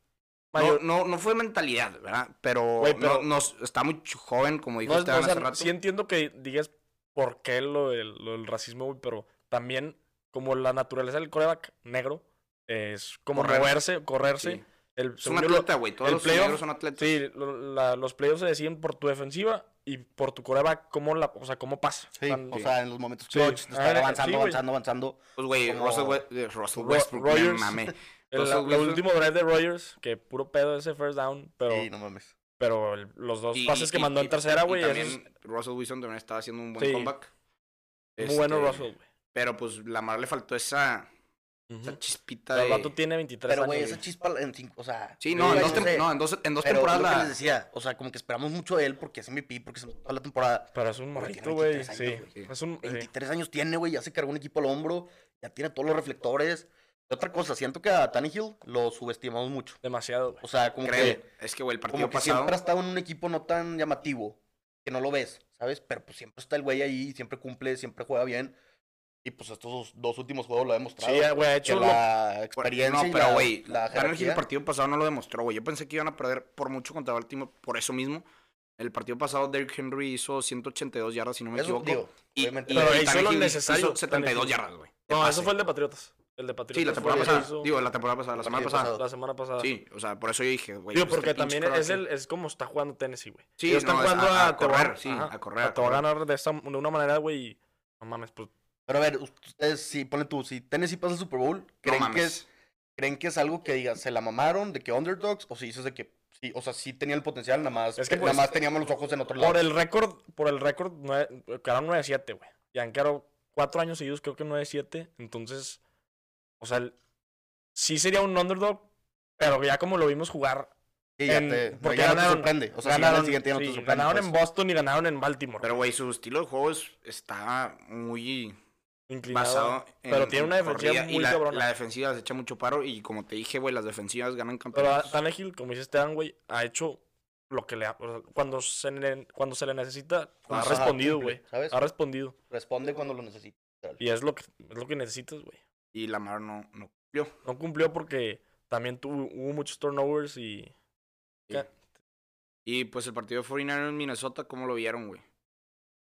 Speaker 1: No,
Speaker 2: mayor-
Speaker 1: no, no fue mentalidad, ¿verdad? Pero,
Speaker 2: Güey, pero-
Speaker 1: no- nos- está muy ch- joven, como dijo
Speaker 2: No,
Speaker 1: Esteban
Speaker 2: no, o sea,
Speaker 1: hace rato.
Speaker 2: sí entiendo que digas por qué lo del, lo del racismo, güey, pero también como la naturaleza del coreback negro es como
Speaker 1: Correr.
Speaker 2: moverse, correrse.
Speaker 1: Sí.
Speaker 2: El,
Speaker 1: Es un
Speaker 2: según yo lo-
Speaker 1: atleta, güey. Todos
Speaker 2: el
Speaker 1: los
Speaker 2: playoff,
Speaker 1: negros son atletas.
Speaker 2: sí, lo- la- los playoffs se deciden por tu defensiva y por tu coreback, cómo la, o sea, cómo pasa.
Speaker 3: Sí,
Speaker 2: Tan-
Speaker 3: o sea, en los momentos
Speaker 2: Sí.
Speaker 3: clutch, de estar
Speaker 2: Ah, sí,
Speaker 3: avanzando,
Speaker 2: güey.
Speaker 3: avanzando, avanzando.
Speaker 1: Pues, güey,
Speaker 3: como-
Speaker 1: Russell, We- eh, Russell
Speaker 2: Ro-
Speaker 1: Westbrook, me
Speaker 2: Rodgers.
Speaker 1: mamé.
Speaker 2: el,
Speaker 1: Russell
Speaker 2: la- el
Speaker 1: Wilson.
Speaker 2: último drive de Rogers, que puro pedo ese first down, pero,
Speaker 3: Sí, no mames.
Speaker 2: pero el- *laughs* los dos
Speaker 1: Y-
Speaker 2: pases que
Speaker 1: y-
Speaker 2: mandó
Speaker 1: y-
Speaker 2: en tercera,
Speaker 1: y
Speaker 2: güey, esos
Speaker 1: también Russell Wilson también estaba haciendo un buen
Speaker 2: Sí.
Speaker 1: comeback.
Speaker 2: es muy bueno
Speaker 1: Este,
Speaker 2: Russell, güey.
Speaker 1: Pero, pues, Lamar le faltó esa, esa
Speaker 2: Ujú.
Speaker 1: chispita
Speaker 2: Pero El
Speaker 1: de...
Speaker 2: vato tiene 23
Speaker 3: Pero,
Speaker 2: años.
Speaker 3: güey, esa
Speaker 2: güey.
Speaker 3: chispa, en cinco, o sea...
Speaker 1: Sí, no, en
Speaker 3: yo
Speaker 1: dos, tem-
Speaker 3: sé,
Speaker 1: no, en dos, en dos
Speaker 3: pero es lo
Speaker 1: temporadas...
Speaker 3: que
Speaker 1: la-
Speaker 3: les decía, o sea, como que esperamos mucho de él porque es MVP, porque se toda la temporada.
Speaker 2: Pero es un
Speaker 3: Pero
Speaker 2: morrito,
Speaker 3: tiene
Speaker 2: güey.
Speaker 3: 23
Speaker 2: Sí.
Speaker 3: años,
Speaker 1: güey.
Speaker 2: Es un. eh, sí.
Speaker 3: 23 años tiene, güey, ya se cargó un equipo al hombro, ya tiene todos los reflectores. Y otra cosa, siento que a Tannehill lo subestimamos mucho.
Speaker 2: Demasiado, güey.
Speaker 3: O sea, como
Speaker 1: Creo.
Speaker 3: que,
Speaker 1: Es que, güey, el partido
Speaker 3: como que
Speaker 1: pasado...
Speaker 3: siempre ha estado en un equipo no tan llamativo, que no lo ves, ¿sabes? Pero pues siempre está el güey ahí, siempre cumple, siempre juega bien. Y pues estos dos últimos juegos lo ha demostrado.
Speaker 2: Sí, eh, güey, ha
Speaker 3: que
Speaker 2: hecho. lo-
Speaker 3: la
Speaker 1: Bueno,
Speaker 3: experiencia y
Speaker 1: No, pero
Speaker 3: la-
Speaker 1: güey,
Speaker 3: la
Speaker 1: Tanner Hill el
Speaker 3: jerarquía.
Speaker 1: partido pasado no lo demostró, güey. Yo pensé que iban a perder por mucho contra Baltimore por eso mismo. El partido pasado Derrick Henry hizo 182 yardas, si no me
Speaker 3: Eso,
Speaker 1: equivoco.
Speaker 3: digo,
Speaker 1: y,
Speaker 3: obviamente
Speaker 1: y
Speaker 3: no.
Speaker 2: Pero
Speaker 1: Tanner
Speaker 2: hizo lo
Speaker 1: Hill
Speaker 2: necesario,
Speaker 1: hizo 72
Speaker 2: Tanner Hill.
Speaker 1: yardas, güey. de
Speaker 2: No,
Speaker 1: pase.
Speaker 2: eso fue el de Patriotas. El de Patriotas.
Speaker 1: Sí, la
Speaker 2: fue
Speaker 1: temporada
Speaker 2: el que
Speaker 1: pasada.
Speaker 2: hizo-
Speaker 1: Digo, la temporada pasada, la semana
Speaker 3: partido
Speaker 1: pasada.
Speaker 3: pasado.
Speaker 2: La semana pasada.
Speaker 1: Sí, o sea, por eso yo dije, güey.
Speaker 2: Digo,
Speaker 1: este
Speaker 2: porque
Speaker 1: pinche
Speaker 2: también
Speaker 1: coreback,
Speaker 2: es, el, es como está jugando Tennessee, güey.
Speaker 1: Sí,
Speaker 2: Ellos están
Speaker 1: no, es
Speaker 2: jugando
Speaker 1: a- a
Speaker 2: te van-
Speaker 1: correr, sí, a correr, a
Speaker 2: te van
Speaker 1: correr.
Speaker 2: a ganar de, esa- de una manera, güey. y- No mames, pues.
Speaker 3: Pero a ver, ustedes, si ponen tú, si Tennessee pasa el Super Bowl,
Speaker 1: No
Speaker 3: ¿creen, que
Speaker 1: mames.
Speaker 3: es, ¿creen que es algo que digan, se la mamaron, de que underdogs? O si dices de que, sí, o sea, sí tenía el potencial, nada más,
Speaker 2: Es que,
Speaker 3: nada
Speaker 2: pues,
Speaker 3: más teníamos los ojos en otro lado.
Speaker 2: Por el récord, por el récord, nueve- quedaron 9-7, güey. Y han quedado cuatro años seguidos, creo que 9-7. Entonces, o sea, el- sí sería un underdog, pero ya como lo vimos jugar,
Speaker 3: Sí, ya
Speaker 2: en-
Speaker 3: te- no,
Speaker 2: porque
Speaker 3: ya no te
Speaker 2: ganaron-
Speaker 3: sorprende. O sea, si gana
Speaker 2: ganaron,
Speaker 3: el siguiente ya no
Speaker 2: sí,
Speaker 3: te sorprende.
Speaker 2: ganaron
Speaker 3: pues.
Speaker 2: en Boston y ganaron en Baltimore.
Speaker 1: Pero, güey, su estilo de juego es- está muy
Speaker 2: inclinado.
Speaker 1: basado en.
Speaker 2: Pero tiene
Speaker 1: en
Speaker 2: una defensiva
Speaker 1: corrida, y
Speaker 2: muy
Speaker 1: la,
Speaker 2: cabrona.
Speaker 1: La defensiva les echa mucho paro y, como te dije, güey, las defensivas ganan
Speaker 2: Pero a-
Speaker 1: campeonatos.
Speaker 2: Tannehill, como dice Esteban, güey, ha hecho lo que le ha... o sea, cuando, se le, cuando se le necesita, ha
Speaker 3: pues, Ajá,
Speaker 2: respondido,
Speaker 3: cumple,
Speaker 2: güey.
Speaker 3: ¿Sabes?
Speaker 2: Ha respondido.
Speaker 3: Responde cuando lo necesita.
Speaker 2: Y es lo que, es lo que necesitas, güey.
Speaker 1: Y Lamar no, no cumplió.
Speaker 2: No cumplió porque también tuvo, hubo muchos turnovers y... Ca-
Speaker 1: Y pues el partido de 49ers Minnesota, ¿cómo lo vieron, güey?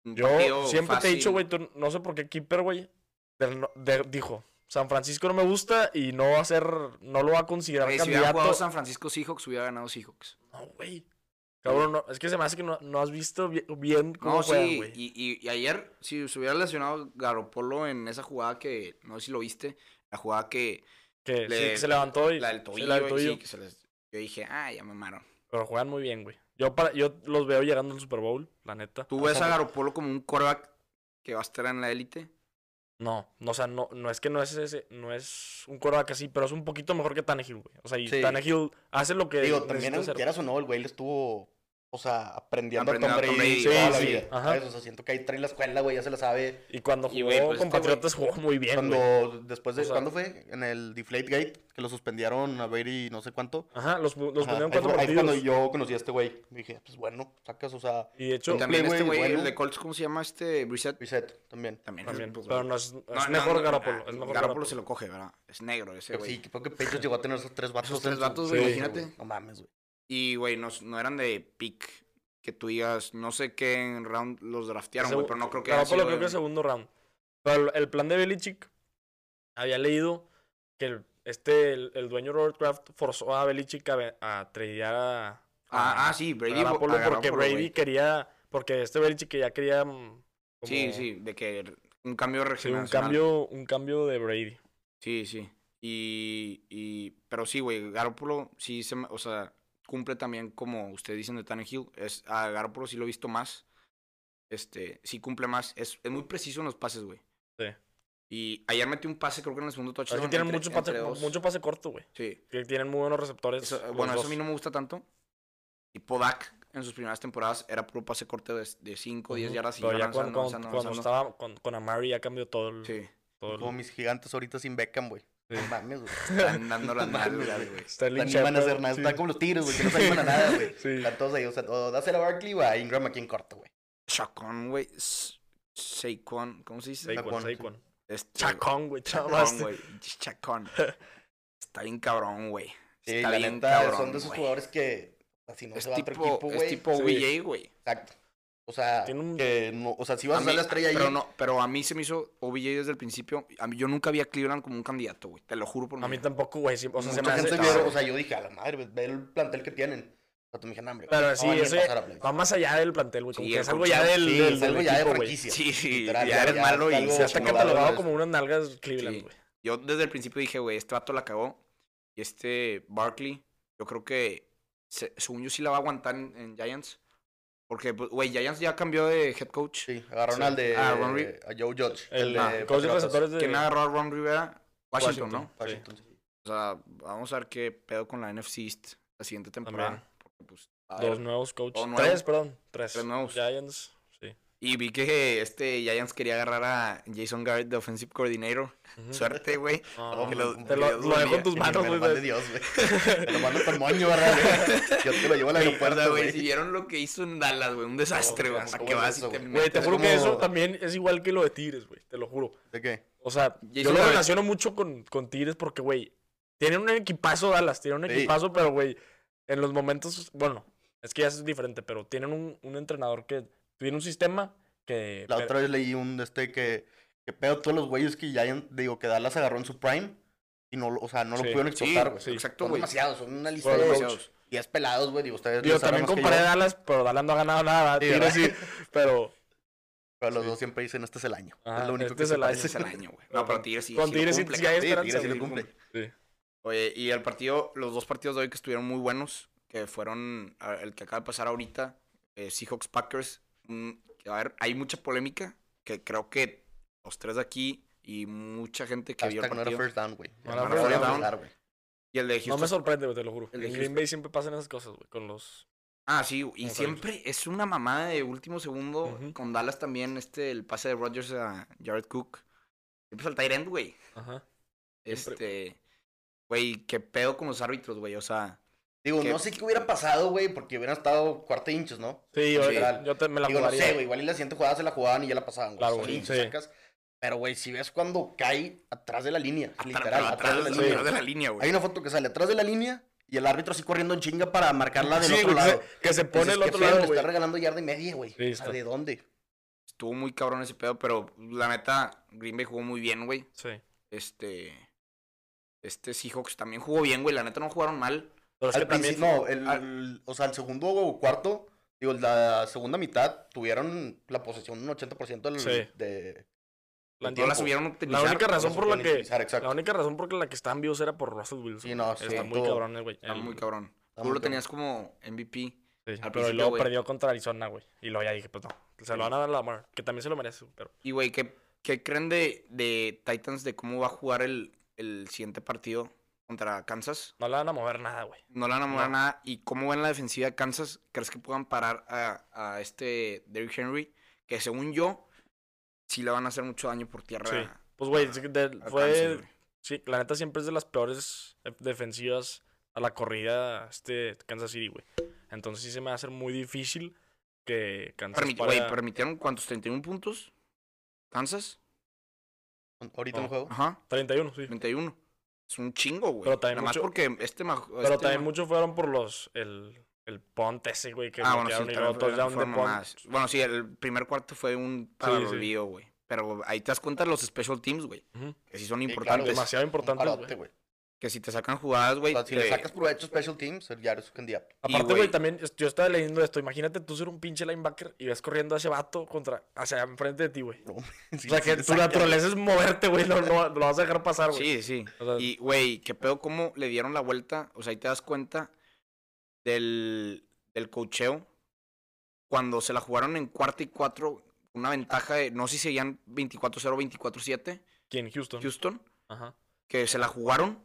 Speaker 1: Un
Speaker 2: Yo
Speaker 1: partido
Speaker 2: siempre te he dicho,
Speaker 1: fácil.
Speaker 2: güey, tú- no sé por qué Keeper, güey, del no- de- dijo, San Francisco no me gusta y no va a ser, no lo va a considerar
Speaker 1: Güey, Si hubiera jugado
Speaker 2: candidato.
Speaker 1: San Francisco Seahawks, hubiera ganado Seahawks.
Speaker 2: No, güey. Cabrón, no, es que se me hace que no, no has visto bi- bien cómo
Speaker 1: No,
Speaker 2: juegan,
Speaker 1: sí.
Speaker 2: güey.
Speaker 1: Y, y- y ayer, si se hubiera lesionado Garopolo en esa jugada que, no sé si lo viste, la jugada que.
Speaker 2: que, sí,
Speaker 1: le-
Speaker 2: que se levantó y...
Speaker 1: La del
Speaker 2: sí,
Speaker 1: tobillo,
Speaker 2: la del
Speaker 1: güey, sí,
Speaker 2: tobillo.
Speaker 1: que se les- Yo dije, ah, ya me mamaron.
Speaker 2: Pero juegan muy bien, güey. Yo, para, yo los veo llegando al Super Bowl, la neta.
Speaker 1: ¿Tú
Speaker 3: O
Speaker 1: ves
Speaker 3: sea,
Speaker 1: a
Speaker 3: no-
Speaker 1: Garopolo como un quarterback que va a estar en la élite?
Speaker 2: No, no, o sea, no, no es que no es ese, no es un quarterback así, pero es un poquito mejor que Tannehill, güey. O sea, y
Speaker 3: Sí.
Speaker 2: Tannehill hace lo que
Speaker 3: Digo,
Speaker 2: necesita
Speaker 3: también,
Speaker 2: hacer.
Speaker 3: quieras o no, el güey le estuvo, o sea, aprendiendo,
Speaker 1: Aprendiendo
Speaker 3: a Tom Brady
Speaker 1: Sí,
Speaker 3: toda la
Speaker 2: sí,
Speaker 3: vida.
Speaker 2: ajá.
Speaker 3: ¿sabes? O sea, siento que ahí trae la escuela, güey, ya se la sabe.
Speaker 2: Y cuando
Speaker 1: Y,
Speaker 2: jugó
Speaker 1: güey, pues,
Speaker 2: con
Speaker 1: este güey-
Speaker 2: Patriotas jugó muy bien,
Speaker 3: Cuando
Speaker 2: güey.
Speaker 3: después de
Speaker 2: O sea-
Speaker 3: ¿cuándo fue? En el Deflate Gate, que lo suspendieron a Brady no sé cuánto.
Speaker 2: Ajá, los, los
Speaker 3: Ajá,
Speaker 2: pusieron
Speaker 3: ahí
Speaker 2: cuatro
Speaker 3: fue- ahí fue
Speaker 2: partidos.
Speaker 3: cuando yo conocí a este güey. Dije, pues bueno, sacas, o sea,
Speaker 2: Y de hecho,
Speaker 1: Y también
Speaker 3: güey,
Speaker 1: este güey,
Speaker 3: bueno.
Speaker 1: el de Colts, ¿cómo se llama este? Brissett.
Speaker 3: Reset también.
Speaker 1: También.
Speaker 2: también.
Speaker 1: pues,
Speaker 2: pero
Speaker 1: güey.
Speaker 2: no es, es
Speaker 1: No, no,
Speaker 2: mejor
Speaker 1: no,
Speaker 2: Garoppolo.
Speaker 1: ah,
Speaker 2: es mejor
Speaker 1: Garoppolo
Speaker 2: Garoppolo.
Speaker 1: se lo coge, ¿verdad? Es negro ese,
Speaker 3: Pero
Speaker 1: güey.
Speaker 3: Pues sí, creo que Patriots llegó a tener esos tres vatos.
Speaker 1: Esos tres
Speaker 3: en su-
Speaker 1: vatos,
Speaker 2: güey,
Speaker 3: Sí,
Speaker 1: imagínate.
Speaker 3: güey. No mames, güey.
Speaker 1: Y, güey, no, no eran de pick que tú digas, no sé qué en round los draftearon,
Speaker 2: Segu-
Speaker 1: güey, pero no creo que hayan
Speaker 2: Garoppolo
Speaker 1: sido
Speaker 2: creo que
Speaker 1: de-
Speaker 2: es segundo round. Pero el, el plan de Belichick, había leído que el, este, el, el dueño Robert Kraft forzó a Belichick a, ve- a tradear a,
Speaker 1: Ah,
Speaker 2: a-
Speaker 1: ah, sí,
Speaker 2: a
Speaker 1: Brady.
Speaker 2: Garoppolo
Speaker 1: a Garoppolo,
Speaker 2: porque Brady
Speaker 1: güey.
Speaker 2: quería, porque este Belichick ya quería mm, como-
Speaker 1: Sí, sí, de que un cambio
Speaker 2: sí, un
Speaker 1: regional.
Speaker 2: cambio, un cambio de Brady.
Speaker 1: Sí, sí. Y, y- pero sí, güey, Garoppolo sí se, me- o sea, cumple también como ustedes dicen de Tannehill. Es, a Garoppolo sí lo he visto más. este, sí cumple más. Es, es muy preciso en los pases, güey.
Speaker 2: Sí.
Speaker 1: Y ayer metí un pase, creo que en el segundo touchdown.
Speaker 2: que tienen
Speaker 1: entre-
Speaker 2: mucho,
Speaker 1: entre
Speaker 2: pase,
Speaker 1: dos.
Speaker 2: mucho pase corto, güey.
Speaker 1: Sí.
Speaker 2: Que tienen muy buenos receptores.
Speaker 1: Eso-
Speaker 2: los
Speaker 1: bueno, eso
Speaker 2: dos.
Speaker 1: a mí no me gusta tanto. Y Podak en sus primeras temporadas era puro pase corte de, de 5, 10
Speaker 2: Ujú.
Speaker 1: yardas y
Speaker 2: Pero
Speaker 1: iban
Speaker 2: ya cuando,
Speaker 1: avanzando,
Speaker 2: cuando-
Speaker 1: avanzando,
Speaker 2: cuando
Speaker 1: avanzando.
Speaker 2: estaba con, con Amari ya cambió todo el.
Speaker 1: Sí,
Speaker 2: todo el-
Speaker 3: Como mis gigantes ahorita sin Beckham, güey. No mames,
Speaker 2: *laughs*
Speaker 3: güey.
Speaker 1: están dando las
Speaker 3: No mames,
Speaker 1: nalgas, güey.
Speaker 2: Sterling
Speaker 3: No animan a
Speaker 2: Shepard,
Speaker 3: hacer nada.
Speaker 2: sí.
Speaker 3: Están como los tiros, güey, que no se animan a nada, güey.
Speaker 2: *laughs* Sí.
Speaker 3: Están todos ahí, o sea, o dásela a Barkley o a Ingram aquí en corto, güey.
Speaker 1: Chacón, güey. S- Saquon, ¿cómo se dice?
Speaker 2: Saquon,
Speaker 3: Saquon, sí.
Speaker 2: Saquon.
Speaker 3: *laughs*
Speaker 1: Este,
Speaker 2: Chacón, güey.
Speaker 1: Chacón,
Speaker 2: Chacón,
Speaker 1: güey. Chacón. Está bien cabrón, güey.
Speaker 3: Sí,
Speaker 1: Está
Speaker 3: Eh, la
Speaker 1: bien
Speaker 3: neta,
Speaker 1: cabrón,
Speaker 3: son de esos
Speaker 1: güey.
Speaker 3: jugadores que así no
Speaker 1: Es
Speaker 3: se va a otro
Speaker 1: tipo,
Speaker 3: equipo,
Speaker 1: es
Speaker 3: güey.
Speaker 1: tipo
Speaker 2: Sí.
Speaker 1: OBJ, güey.
Speaker 3: Exacto. O sea,
Speaker 2: Tiene un-
Speaker 3: que no, o sea, si vas
Speaker 1: A
Speaker 3: a ser
Speaker 1: mí-
Speaker 3: la estrella ahí.
Speaker 1: Pero, no, pero a mí se me hizo OBJ desde el principio. A mí, yo nunca vi a Cleveland como un candidato, güey. Te lo juro por
Speaker 2: A mí tampoco, güey. sí, O sea, se me
Speaker 1: Mucha
Speaker 3: Mucha
Speaker 2: hace.
Speaker 3: gente
Speaker 1: hace-
Speaker 3: vio, o sea, yo dije, a la madre, güey, ve el plantel que tienen. O sea, tú me dijeron, hambre.
Speaker 2: Pero sí, eso ya- va más allá del plantel, güey. Como
Speaker 1: Sí,
Speaker 2: que
Speaker 1: el
Speaker 2: es algo ya del.
Speaker 3: Sí,
Speaker 2: del-
Speaker 3: es
Speaker 2: del
Speaker 3: algo ya de
Speaker 2: equipo, güey.
Speaker 3: franquicia.
Speaker 1: Sí, sí,
Speaker 3: Literal,
Speaker 1: ya eres malo y
Speaker 3: algo
Speaker 1: se
Speaker 2: Está
Speaker 1: Sí,
Speaker 2: catalogado
Speaker 3: chingado,
Speaker 2: como unas nalgas Cleveland,
Speaker 1: Sí.
Speaker 2: güey.
Speaker 1: Yo desde el principio dije, güey, este vato la cagó. Y este Barkley, yo creo que, se, según yo, sí la va a aguantar en, en Giants. Porque, pues, güey, Giants ya cambió de head coach.
Speaker 3: Sí, agarraron
Speaker 2: Sí.
Speaker 3: al de
Speaker 1: Ah, Ron Reed.
Speaker 3: a Joe Judge.
Speaker 2: El,
Speaker 1: Ah,
Speaker 3: de
Speaker 2: coach de
Speaker 3: Patriotas.
Speaker 2: receptores de.
Speaker 1: ¿Quién agarró a Ron Rivera? Washington, ¿no?
Speaker 2: Washington, sí.
Speaker 3: Washington, sí.
Speaker 1: O sea, vamos a ver qué pedo con la NFC East la siguiente temporada. Porque, pues, a ver.
Speaker 2: Dos nuevos coaches.
Speaker 1: O nuevo.
Speaker 2: Tres, perdón. Tres.
Speaker 1: Tres nuevos.
Speaker 2: Giants. Sí.
Speaker 1: Y vi que este Giants quería agarrar a Jason Garrett de Offensive Coordinator.
Speaker 2: Ujú.
Speaker 1: Suerte,
Speaker 2: *laughs*
Speaker 1: güey.
Speaker 2: No,
Speaker 1: que lo-
Speaker 2: te
Speaker 1: que
Speaker 2: lo,
Speaker 1: Dios
Speaker 2: lo
Speaker 1: lo
Speaker 2: dejo
Speaker 1: bendiga.
Speaker 2: en tus
Speaker 3: Que
Speaker 2: manos,
Speaker 3: me lo
Speaker 2: güey.
Speaker 3: mande Dios, güey. *laughs* Te lo mando por moño, ¿verdad?
Speaker 2: *laughs*
Speaker 3: güey? Yo te lo llevo al
Speaker 1: Güey, o sea,
Speaker 3: aeropuerto,
Speaker 1: güey, si
Speaker 3: güey.
Speaker 1: vieron lo que hizo en Dallas, güey, un desastre,
Speaker 3: No,
Speaker 1: güey.
Speaker 3: ¿cómo
Speaker 1: ¿A qué vas
Speaker 3: es eso,
Speaker 1: y te
Speaker 3: güey?
Speaker 2: Güey, te
Speaker 1: metes?
Speaker 2: juro que
Speaker 3: como-
Speaker 2: eso también es igual que lo de Tigres, güey. Te lo juro.
Speaker 3: ¿De qué?
Speaker 2: O sea, yo
Speaker 1: Jason
Speaker 2: lo
Speaker 1: Garrett.
Speaker 2: relaciono mucho con, con Tigres porque, güey, tienen un equipazo Dallas, tienen un
Speaker 3: Sí.
Speaker 2: equipazo, pero, güey, en los momentos, bueno, es que ya es diferente, pero tienen un, un entrenador que tiene un sistema que...
Speaker 3: La
Speaker 2: pero-
Speaker 3: otra vez leí un de este que, que pedo todos los güeyes que ya digo que Dallas agarró en su prime y no, lo- o sea, no lo
Speaker 2: Sí.
Speaker 3: pudieron
Speaker 1: Sí,
Speaker 3: explotar, güey.
Speaker 2: sí.
Speaker 1: exacto,
Speaker 3: Son
Speaker 1: güey.
Speaker 3: demasiados, son una lista
Speaker 1: Fueron
Speaker 3: de
Speaker 1: demasiados.
Speaker 3: 10 pelados, güey. Digo, ustedes
Speaker 2: Digo,
Speaker 3: lo saben
Speaker 2: también
Speaker 3: más que
Speaker 2: comparé
Speaker 3: yo,
Speaker 2: Dallas, pero Dallas no ha ganado nada,
Speaker 3: Sí,
Speaker 2: Tigres sí,
Speaker 3: ¿verdad?
Speaker 2: pero...
Speaker 3: Pero los
Speaker 2: Sí.
Speaker 3: dos siempre dicen, este es el año.
Speaker 2: Ajá,
Speaker 3: es lo único
Speaker 2: este
Speaker 3: que
Speaker 2: es
Speaker 3: se
Speaker 2: el año.
Speaker 3: parece.
Speaker 1: Es el año, güey. No, pero Tigres sí.
Speaker 2: Con
Speaker 1: lo
Speaker 2: Tigres sí-
Speaker 1: cumple,
Speaker 2: sí
Speaker 1: cabrón.
Speaker 2: hay
Speaker 3: Sí,
Speaker 2: esperanza,
Speaker 3: Tigres sí lo
Speaker 2: güey.
Speaker 3: cumple.
Speaker 2: Sí.
Speaker 1: Oye, y el partido, los dos partidos de hoy que estuvieron muy buenos, que fueron a- el que acaba de pasar ahorita, eh, Seahawks Packers. mm, a ver, hay mucha polémica que creo que los tres de aquí y mucha gente que vio el
Speaker 3: Hashtag no era
Speaker 1: partido.
Speaker 3: first down, güey.
Speaker 2: No era
Speaker 3: No
Speaker 2: first
Speaker 3: lo
Speaker 1: down.
Speaker 3: hablar, güey.
Speaker 1: Y el de
Speaker 2: No
Speaker 1: Houston.
Speaker 2: me sorprende, güey, te lo juro.
Speaker 1: El
Speaker 2: En
Speaker 1: de
Speaker 2: Green Bay siempre pasan esas cosas, güey, con los...
Speaker 1: Ah, sí, y
Speaker 2: Vamos a ver.
Speaker 1: siempre es una mamada de último segundo.
Speaker 2: Ujú.
Speaker 1: Con Dallas también, este, el pase de Rodgers a Jared Cook. Siempre al tight end, güey.
Speaker 2: Ajá. Siempre,
Speaker 1: Este, güey, qué pedo con los árbitros, güey. O sea,
Speaker 3: Digo,
Speaker 1: Que-
Speaker 3: no sé qué hubiera pasado, güey, porque hubieran estado cuarta hinchos, ¿no?
Speaker 2: Sí, yo,
Speaker 3: Literal.
Speaker 2: yo te- me la
Speaker 3: Digo, no
Speaker 2: jugaría.
Speaker 3: sé, güey, igual y la siguiente jugada se la jugaban y ya la pasaban, güey.
Speaker 2: Claro,
Speaker 3: O sea,
Speaker 2: güey,
Speaker 3: y
Speaker 2: sí.
Speaker 3: sacas- Pero, güey, si ves cuando cae atrás de la línea,
Speaker 1: atrás-
Speaker 3: literal,
Speaker 1: pero
Speaker 3: atrás, de la
Speaker 1: atrás,
Speaker 3: línea.
Speaker 1: atrás de la línea,
Speaker 3: Hay
Speaker 2: pues.
Speaker 1: güey.
Speaker 3: una foto que sale atrás de la línea y el árbitro así corriendo en chinga para marcarla del
Speaker 2: Sí,
Speaker 3: otro
Speaker 2: güey, que se-
Speaker 3: lado. Pues
Speaker 2: que se pone
Speaker 3: Dices,
Speaker 2: el
Speaker 3: "Qué
Speaker 2: otro
Speaker 3: feo,
Speaker 2: lado,
Speaker 3: le
Speaker 2: güey.
Speaker 3: está regalando yarda y media, güey.
Speaker 2: Sí,
Speaker 3: O sea,
Speaker 2: está.
Speaker 3: ¿De dónde?
Speaker 1: Estuvo muy cabrón ese pedo, pero la neta, Green Bay jugó muy bien, güey.
Speaker 2: Sí.
Speaker 1: Este, este Seahawks también jugó bien, güey. La neta no jugaron mal.
Speaker 2: Pero es Pues que
Speaker 3: Al
Speaker 2: también... ah.
Speaker 3: principio, no, el, el- o sea, el segundo o cuarto, digo, la segunda mitad tuvieron la posesión un 80% del,
Speaker 2: Sí.
Speaker 3: de...
Speaker 2: La-
Speaker 1: No la
Speaker 3: tiempo.
Speaker 1: subieron a
Speaker 2: La
Speaker 1: utilizar.
Speaker 2: única razón por la
Speaker 3: supieron
Speaker 2: que.
Speaker 3: utilizar, exacto.
Speaker 2: La única razón por la que están vivos era por Russell Wilson.
Speaker 3: Sí, no,
Speaker 2: Está
Speaker 3: sí,
Speaker 2: muy
Speaker 3: todo.
Speaker 2: cabrones, güey.
Speaker 1: Estaba
Speaker 2: El-
Speaker 1: muy cabrón.
Speaker 3: Está
Speaker 1: Tú
Speaker 3: muy
Speaker 1: lo
Speaker 3: cabrón.
Speaker 1: tenías como MVP.
Speaker 2: sí,
Speaker 1: al
Speaker 2: pero
Speaker 1: principio,
Speaker 2: luego
Speaker 1: güey.
Speaker 2: perdió contra Arizona, güey. Y luego ya dije, pues no. Se lo van a dar a Lamar, que también se lo merece, pero.
Speaker 1: Y, güey, ¿qué, qué creen de, de Titans de cómo va a jugar el, el siguiente partido contra Kansas?
Speaker 2: No le van a mover nada, güey.
Speaker 1: No la enamoran
Speaker 2: No.
Speaker 1: nada. ¿Y cómo ven la defensiva de Kansas? ¿Crees que puedan parar a, a este Derrick Henry? Que según yo, sí le van a hacer mucho daño por tierra.
Speaker 2: Sí.
Speaker 1: a-
Speaker 2: Pues, güey,
Speaker 1: a-
Speaker 2: es que de-
Speaker 1: a Kansas,
Speaker 2: fue.
Speaker 1: güey.
Speaker 2: Sí, la neta siempre es de las peores def- defensivas a la corrida este Kansas City, güey. Entonces sí se me va a hacer muy difícil que Kansas
Speaker 1: Permit-
Speaker 2: para-
Speaker 1: güey, ¿Permitieron cuántos? ¿31 puntos? ¿Kansas?
Speaker 3: Ahorita
Speaker 2: No.
Speaker 3: en juego.
Speaker 1: Ajá,
Speaker 2: 31, sí.
Speaker 1: 31. Es un chingo, güey.
Speaker 2: Oh. Pero también
Speaker 1: Nada más
Speaker 2: mucho-
Speaker 1: porque este... maj-
Speaker 2: Pero
Speaker 1: este
Speaker 2: también
Speaker 1: ma-
Speaker 2: muchos fueron por los. El, el punt ese, güey, que
Speaker 1: Ah, bueno, sí,
Speaker 2: bloquearon y
Speaker 1: también
Speaker 2: luego
Speaker 1: fue-
Speaker 2: touchdown de
Speaker 1: fueron
Speaker 2: punt.
Speaker 1: mamadas. Bueno, sí, el primer cuarto fue un para el
Speaker 2: sí.
Speaker 1: olvido, güey. Pero ahí te das cuenta de los special teams, güey.
Speaker 2: Ujú.
Speaker 1: Que sí son
Speaker 3: Sí,
Speaker 1: importantes.
Speaker 3: claro,
Speaker 2: Demasiado
Speaker 3: Un
Speaker 2: importantes, güey.
Speaker 3: parote, güey.
Speaker 1: Que si te sacan jugadas,
Speaker 3: O
Speaker 1: güey.
Speaker 3: sea, si
Speaker 1: te-
Speaker 3: le sacas provecho a Special Teams, ya eres un candidato.
Speaker 1: Y,
Speaker 2: Aparte, güey,
Speaker 1: güey-
Speaker 2: también es- yo estaba leyendo esto. Imagínate tú ser un pinche linebacker y ves corriendo a ese vato contra, hacia enfrente de ti, güey.
Speaker 3: *laughs* Sí,
Speaker 2: o sea,
Speaker 3: sí
Speaker 2: que
Speaker 3: le
Speaker 2: tu
Speaker 3: saca,
Speaker 2: naturaleza es moverte, güey. No, no lo vas a dejar pasar, güey.
Speaker 1: Sí, sí.
Speaker 2: O sea,
Speaker 1: Y, güey, qué pedo cómo le dieron la vuelta. O sea, ahí te das cuenta del, del cocheo. cuando se la jugaron en cuarta y cuatro, una ventaja de, no sé si seguían 24-0, 24-7,
Speaker 2: ¿Quién? Houston.
Speaker 1: Houston,
Speaker 2: Ajá.
Speaker 1: que se la jugaron.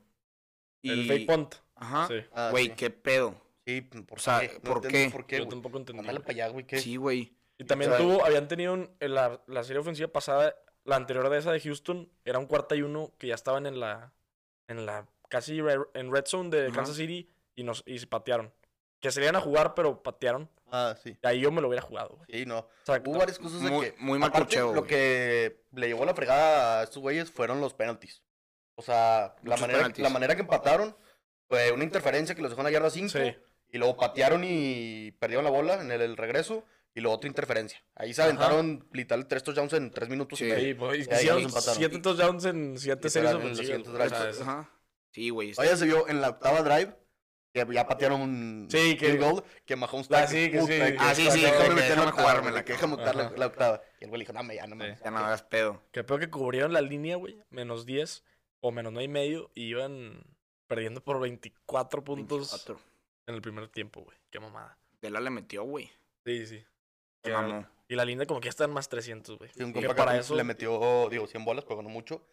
Speaker 1: Y,
Speaker 2: El fake punt.
Speaker 1: Ajá.
Speaker 2: Sí.
Speaker 3: Ah,
Speaker 1: Güey,
Speaker 3: sí.
Speaker 1: qué pedo.
Speaker 3: Sí, ¿por
Speaker 1: o sea,
Speaker 3: qué? No
Speaker 1: ¿por qué?
Speaker 3: entiendo ¿Por qué,
Speaker 2: Yo
Speaker 3: güey?
Speaker 2: tampoco entendí.
Speaker 3: Mándala para
Speaker 2: güey.
Speaker 3: allá, güey. ¿qué?
Speaker 1: Sí, güey.
Speaker 2: Y también
Speaker 3: O sea,
Speaker 2: tuvo, habían tenido un- en la, la serie ofensiva pasada, la anterior de esa de Houston, era un cuarta y uno que ya estaban en la, en la casi re- en red zone de
Speaker 1: Ajá.
Speaker 2: Kansas City y nos y se patearon. Que se le iban a jugar, pero patearon.
Speaker 3: Ah, sí.
Speaker 2: Y ahí yo me lo hubiera jugado, güey.
Speaker 3: Sí, no.
Speaker 2: O sea,
Speaker 3: Hubo varias cosas de
Speaker 1: Muy-
Speaker 3: que.
Speaker 1: muy mal
Speaker 3: aparte,
Speaker 1: cocheo,
Speaker 3: Lo
Speaker 1: güey.
Speaker 3: que le llevó la fregada a estos güeyes fueron los penaltis. O sea, la
Speaker 1: Muchos
Speaker 3: manera,
Speaker 1: penaltis.
Speaker 3: la manera que empataron fue una interferencia que los dejó en la yarda 5.
Speaker 2: sí.
Speaker 3: Y luego patearon y perdieron la bola en el, el regreso. Y luego otra interferencia. Ahí se
Speaker 2: Ajá.
Speaker 3: aventaron literal tres touchdowns en tres minutos. y
Speaker 1: Sí.
Speaker 3: medio.
Speaker 2: Sí, pues,
Speaker 3: Ya, ya
Speaker 2: hicieron
Speaker 3: nos empataron.
Speaker 2: siete touchdowns en siete
Speaker 3: Literal,
Speaker 2: series
Speaker 3: en los
Speaker 2: ofensivas.
Speaker 3: siguientes
Speaker 2: güey. O sea,
Speaker 3: drives.
Speaker 2: es-
Speaker 1: Ajá. Sí, güey.
Speaker 3: Oye, se vio en la octava drive que ya patearon un
Speaker 2: Sí, que-
Speaker 3: field goal que Mahomes
Speaker 2: Ah,
Speaker 3: está
Speaker 2: sí, que
Speaker 3: puta,
Speaker 2: sí,
Speaker 3: de
Speaker 2: que
Speaker 1: Ah, sí,
Speaker 3: esta-
Speaker 1: sí,
Speaker 3: no,
Speaker 1: déjame
Speaker 3: que
Speaker 1: meterme
Speaker 3: déjame
Speaker 1: a jugarme
Speaker 3: jugarme,
Speaker 1: la
Speaker 3: que
Speaker 1: que-
Speaker 3: déjame botar la,
Speaker 2: Ajá.
Speaker 3: la octava. Y el güey le dijo, dame ya, no mames.
Speaker 1: Ya no hagas pedo.
Speaker 2: Que peor que cubrieron la línea, güey. Menos 10 o menos 9 y medio. Y iban perdiendo por 24 puntos
Speaker 1: 24.
Speaker 2: en el primer tiempo, güey. Qué mamada.
Speaker 1: Vela le metió, güey.
Speaker 2: Sí, sí.
Speaker 1: Se
Speaker 2: Que-
Speaker 1: mamó.
Speaker 2: y la línea como que ya está en más 300, güey.
Speaker 3: Sí, un
Speaker 2: Que
Speaker 3: compa que
Speaker 2: para
Speaker 3: le-
Speaker 2: eso-
Speaker 3: le metió, digo, 100 bolas, pero no mucho.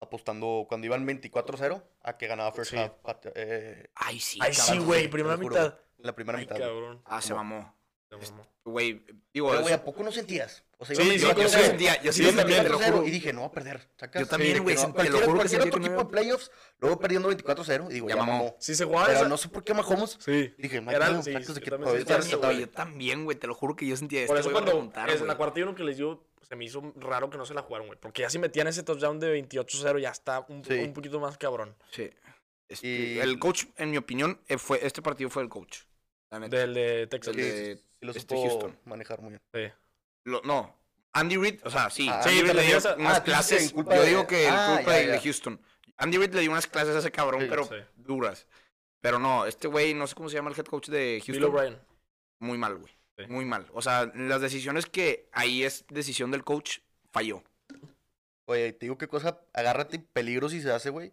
Speaker 3: Apostando cuando iban 24-0 a que ganaba First
Speaker 2: Sí.
Speaker 3: Half. pat- eh,
Speaker 1: Ay, sí,
Speaker 2: Ay, sí,
Speaker 1: cabrón.
Speaker 2: güey.
Speaker 3: sí,
Speaker 2: Primera
Speaker 3: te lo juro,
Speaker 2: mitad.
Speaker 3: la primera
Speaker 2: Ay,
Speaker 3: mitad.
Speaker 2: cabrón.
Speaker 1: Ah, se mamó.
Speaker 2: Se mamó.
Speaker 1: Güey, digo,
Speaker 3: Pero, güey,
Speaker 1: eso-
Speaker 3: ¿a poco no sentías? O sea,
Speaker 2: Sí,
Speaker 3: iban
Speaker 2: sí,
Speaker 1: yo, yo
Speaker 2: yo
Speaker 1: sí
Speaker 2: sé.
Speaker 1: sentía, yo sí
Speaker 2: Sí,
Speaker 1: lo sentía,
Speaker 2: también,
Speaker 1: te lo
Speaker 3: 24-0
Speaker 1: juro.
Speaker 3: y dije, no va a perder. sacas.
Speaker 1: Yo también,
Speaker 3: Sí,
Speaker 1: güey,
Speaker 3: que no,
Speaker 1: sen- te lo juro que
Speaker 3: Cualquier
Speaker 1: sentí
Speaker 3: otro
Speaker 1: que no
Speaker 3: equipo
Speaker 1: iba.
Speaker 3: en playoffs, luego perdiendo 24-0, y digo,
Speaker 1: Ya
Speaker 3: ya,
Speaker 1: mamó.
Speaker 3: mamó.
Speaker 2: Si se jugaba
Speaker 3: Pero
Speaker 2: esa-
Speaker 3: no sé por qué Mahomes.
Speaker 2: Sí.
Speaker 3: Dije, no
Speaker 2: Era-
Speaker 3: hay pedo,
Speaker 2: sí,
Speaker 3: sacas de
Speaker 2: yo
Speaker 3: que
Speaker 2: también
Speaker 1: Yo
Speaker 3: todavía
Speaker 2: sentía
Speaker 1: también,
Speaker 3: está
Speaker 2: eso,
Speaker 1: güey,
Speaker 3: rescatable.
Speaker 1: yo también, güey, te lo juro que yo sentía
Speaker 3: este
Speaker 1: esto.
Speaker 2: Por eso
Speaker 1: güey,
Speaker 2: cuando
Speaker 1: voy a remontar,
Speaker 2: en la
Speaker 1: güey.
Speaker 2: cuarta y uno que les dio, se me hizo raro que no se la jugaron, güey. Porque ya si metían ese touchdown de 28-0 ya está un,
Speaker 3: Sí.
Speaker 2: un poquito más cabrón.
Speaker 1: Sí. Este,
Speaker 3: Y-
Speaker 1: El coach, en mi opinión, eh, fue, este partido fue el coach. La neta.
Speaker 2: Del de Texas.
Speaker 1: Del
Speaker 3: Sí,
Speaker 1: de
Speaker 3: Y lo
Speaker 1: este
Speaker 3: supo
Speaker 1: Houston.
Speaker 3: manejar muy bien.
Speaker 1: Lo- no. Andy Reid, o sea, sí,
Speaker 3: Ah,
Speaker 1: Andy
Speaker 2: sí,
Speaker 1: Reid
Speaker 2: te
Speaker 1: le dio
Speaker 2: refieres a-
Speaker 1: unas
Speaker 3: ah, tú dices que
Speaker 1: clases.
Speaker 3: en culpa
Speaker 1: yo
Speaker 3: de-
Speaker 1: digo que en
Speaker 3: Ah,
Speaker 1: culpa
Speaker 3: ya,
Speaker 1: de, de
Speaker 3: ya.
Speaker 1: Houston. Andy Reid le dio unas clases a ese cabrón,
Speaker 3: Sí,
Speaker 1: pero
Speaker 2: sí.
Speaker 1: duras. Pero no, este güey, no sé cómo se llama el head coach de
Speaker 2: Bill
Speaker 1: Houston.
Speaker 2: O'Brien.
Speaker 1: Muy mal, güey.
Speaker 2: Sí.
Speaker 1: Muy mal. O sea, las decisiones que ahí es decisión del coach, falló.
Speaker 3: Oye, te digo qué cosa, agárrate y peligro si se hace, güey.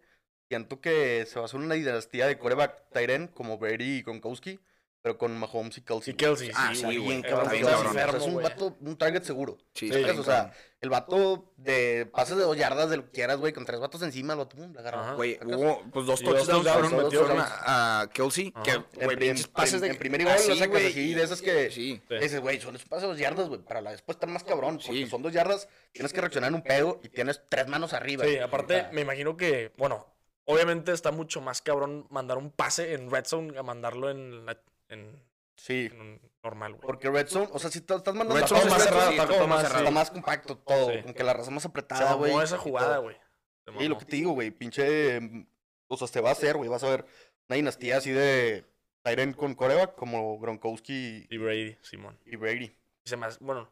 Speaker 3: Siento que se va a hacer una dinastía de coreback Tyren como Brady y Gronkowski, pero con Mahomes y Kelsey.
Speaker 2: Sí, Kelsey.
Speaker 1: Ah,
Speaker 2: sí,
Speaker 1: sí,
Speaker 2: güey.
Speaker 1: güey,
Speaker 3: bien,
Speaker 2: Era
Speaker 1: cabrón,
Speaker 2: un
Speaker 3: cabrón.
Speaker 1: bien
Speaker 3: o sea,
Speaker 2: enfermo,
Speaker 1: cabrón.
Speaker 3: es un
Speaker 2: güey.
Speaker 3: vato, un target seguro.
Speaker 1: Sí,
Speaker 2: Sí,
Speaker 1: está bien,
Speaker 3: o sea,
Speaker 1: cabrón.
Speaker 3: El vato de pases de dos yardas, de lo que quieras, güey, con tres vatos encima, el vato, pum, la agarra.
Speaker 2: Ajá.
Speaker 1: Güey,
Speaker 3: ¿acaso?
Speaker 1: hubo pues dos
Speaker 2: Ah, Y
Speaker 1: touchdowns
Speaker 2: dos touchdowns,
Speaker 1: fueron
Speaker 3: dos
Speaker 1: metieron
Speaker 3: touchdowns.
Speaker 1: a, a Kelsey.
Speaker 2: Ajá.
Speaker 1: Que,
Speaker 2: En
Speaker 1: güey,
Speaker 3: prim-
Speaker 1: pinches pases de.
Speaker 3: en primer y gol, lo sacas
Speaker 1: güey,
Speaker 3: así, de esas que-
Speaker 1: Sí.
Speaker 2: Sí.
Speaker 3: Ese, güey, son esos pases de dos yardas, güey, para la después estar más cabrón. Porque
Speaker 1: Sí.
Speaker 3: son dos yardas, tienes que reaccionar en un pedo y tienes tres manos arriba.
Speaker 2: Sí,
Speaker 3: güey, o
Speaker 2: aparte
Speaker 3: sea,
Speaker 2: me imagino que, bueno, obviamente está mucho más cabrón mandar un pase en red zone a mandarlo en la- en,
Speaker 3: Sí.
Speaker 2: en un normal, güey.
Speaker 3: Porque Red Zone, o sea, si te estás mandando
Speaker 1: Red
Speaker 3: la
Speaker 1: Zone
Speaker 3: pelota
Speaker 1: está
Speaker 3: más
Speaker 1: todo-
Speaker 3: cerrada,
Speaker 1: sí,
Speaker 3: está
Speaker 1: está
Speaker 3: como
Speaker 1: todo más
Speaker 3: más, está
Speaker 1: cerrado.
Speaker 3: más compacto todo,
Speaker 2: Sí.
Speaker 3: como que la raza más
Speaker 2: Se
Speaker 3: apretada, güey.
Speaker 2: mamó esa
Speaker 3: y
Speaker 2: jugada,
Speaker 3: todo.
Speaker 2: güey. Se
Speaker 3: Sí, lo
Speaker 2: mamó.
Speaker 3: que te digo, güey, pinche, mm, o sea, te va a hacer, güey, vas a ver una dinastía así de Tyren con Coreback como Gronkowski
Speaker 2: Y Brady, Simón.
Speaker 3: y Brady.
Speaker 2: Y se me hace- bueno,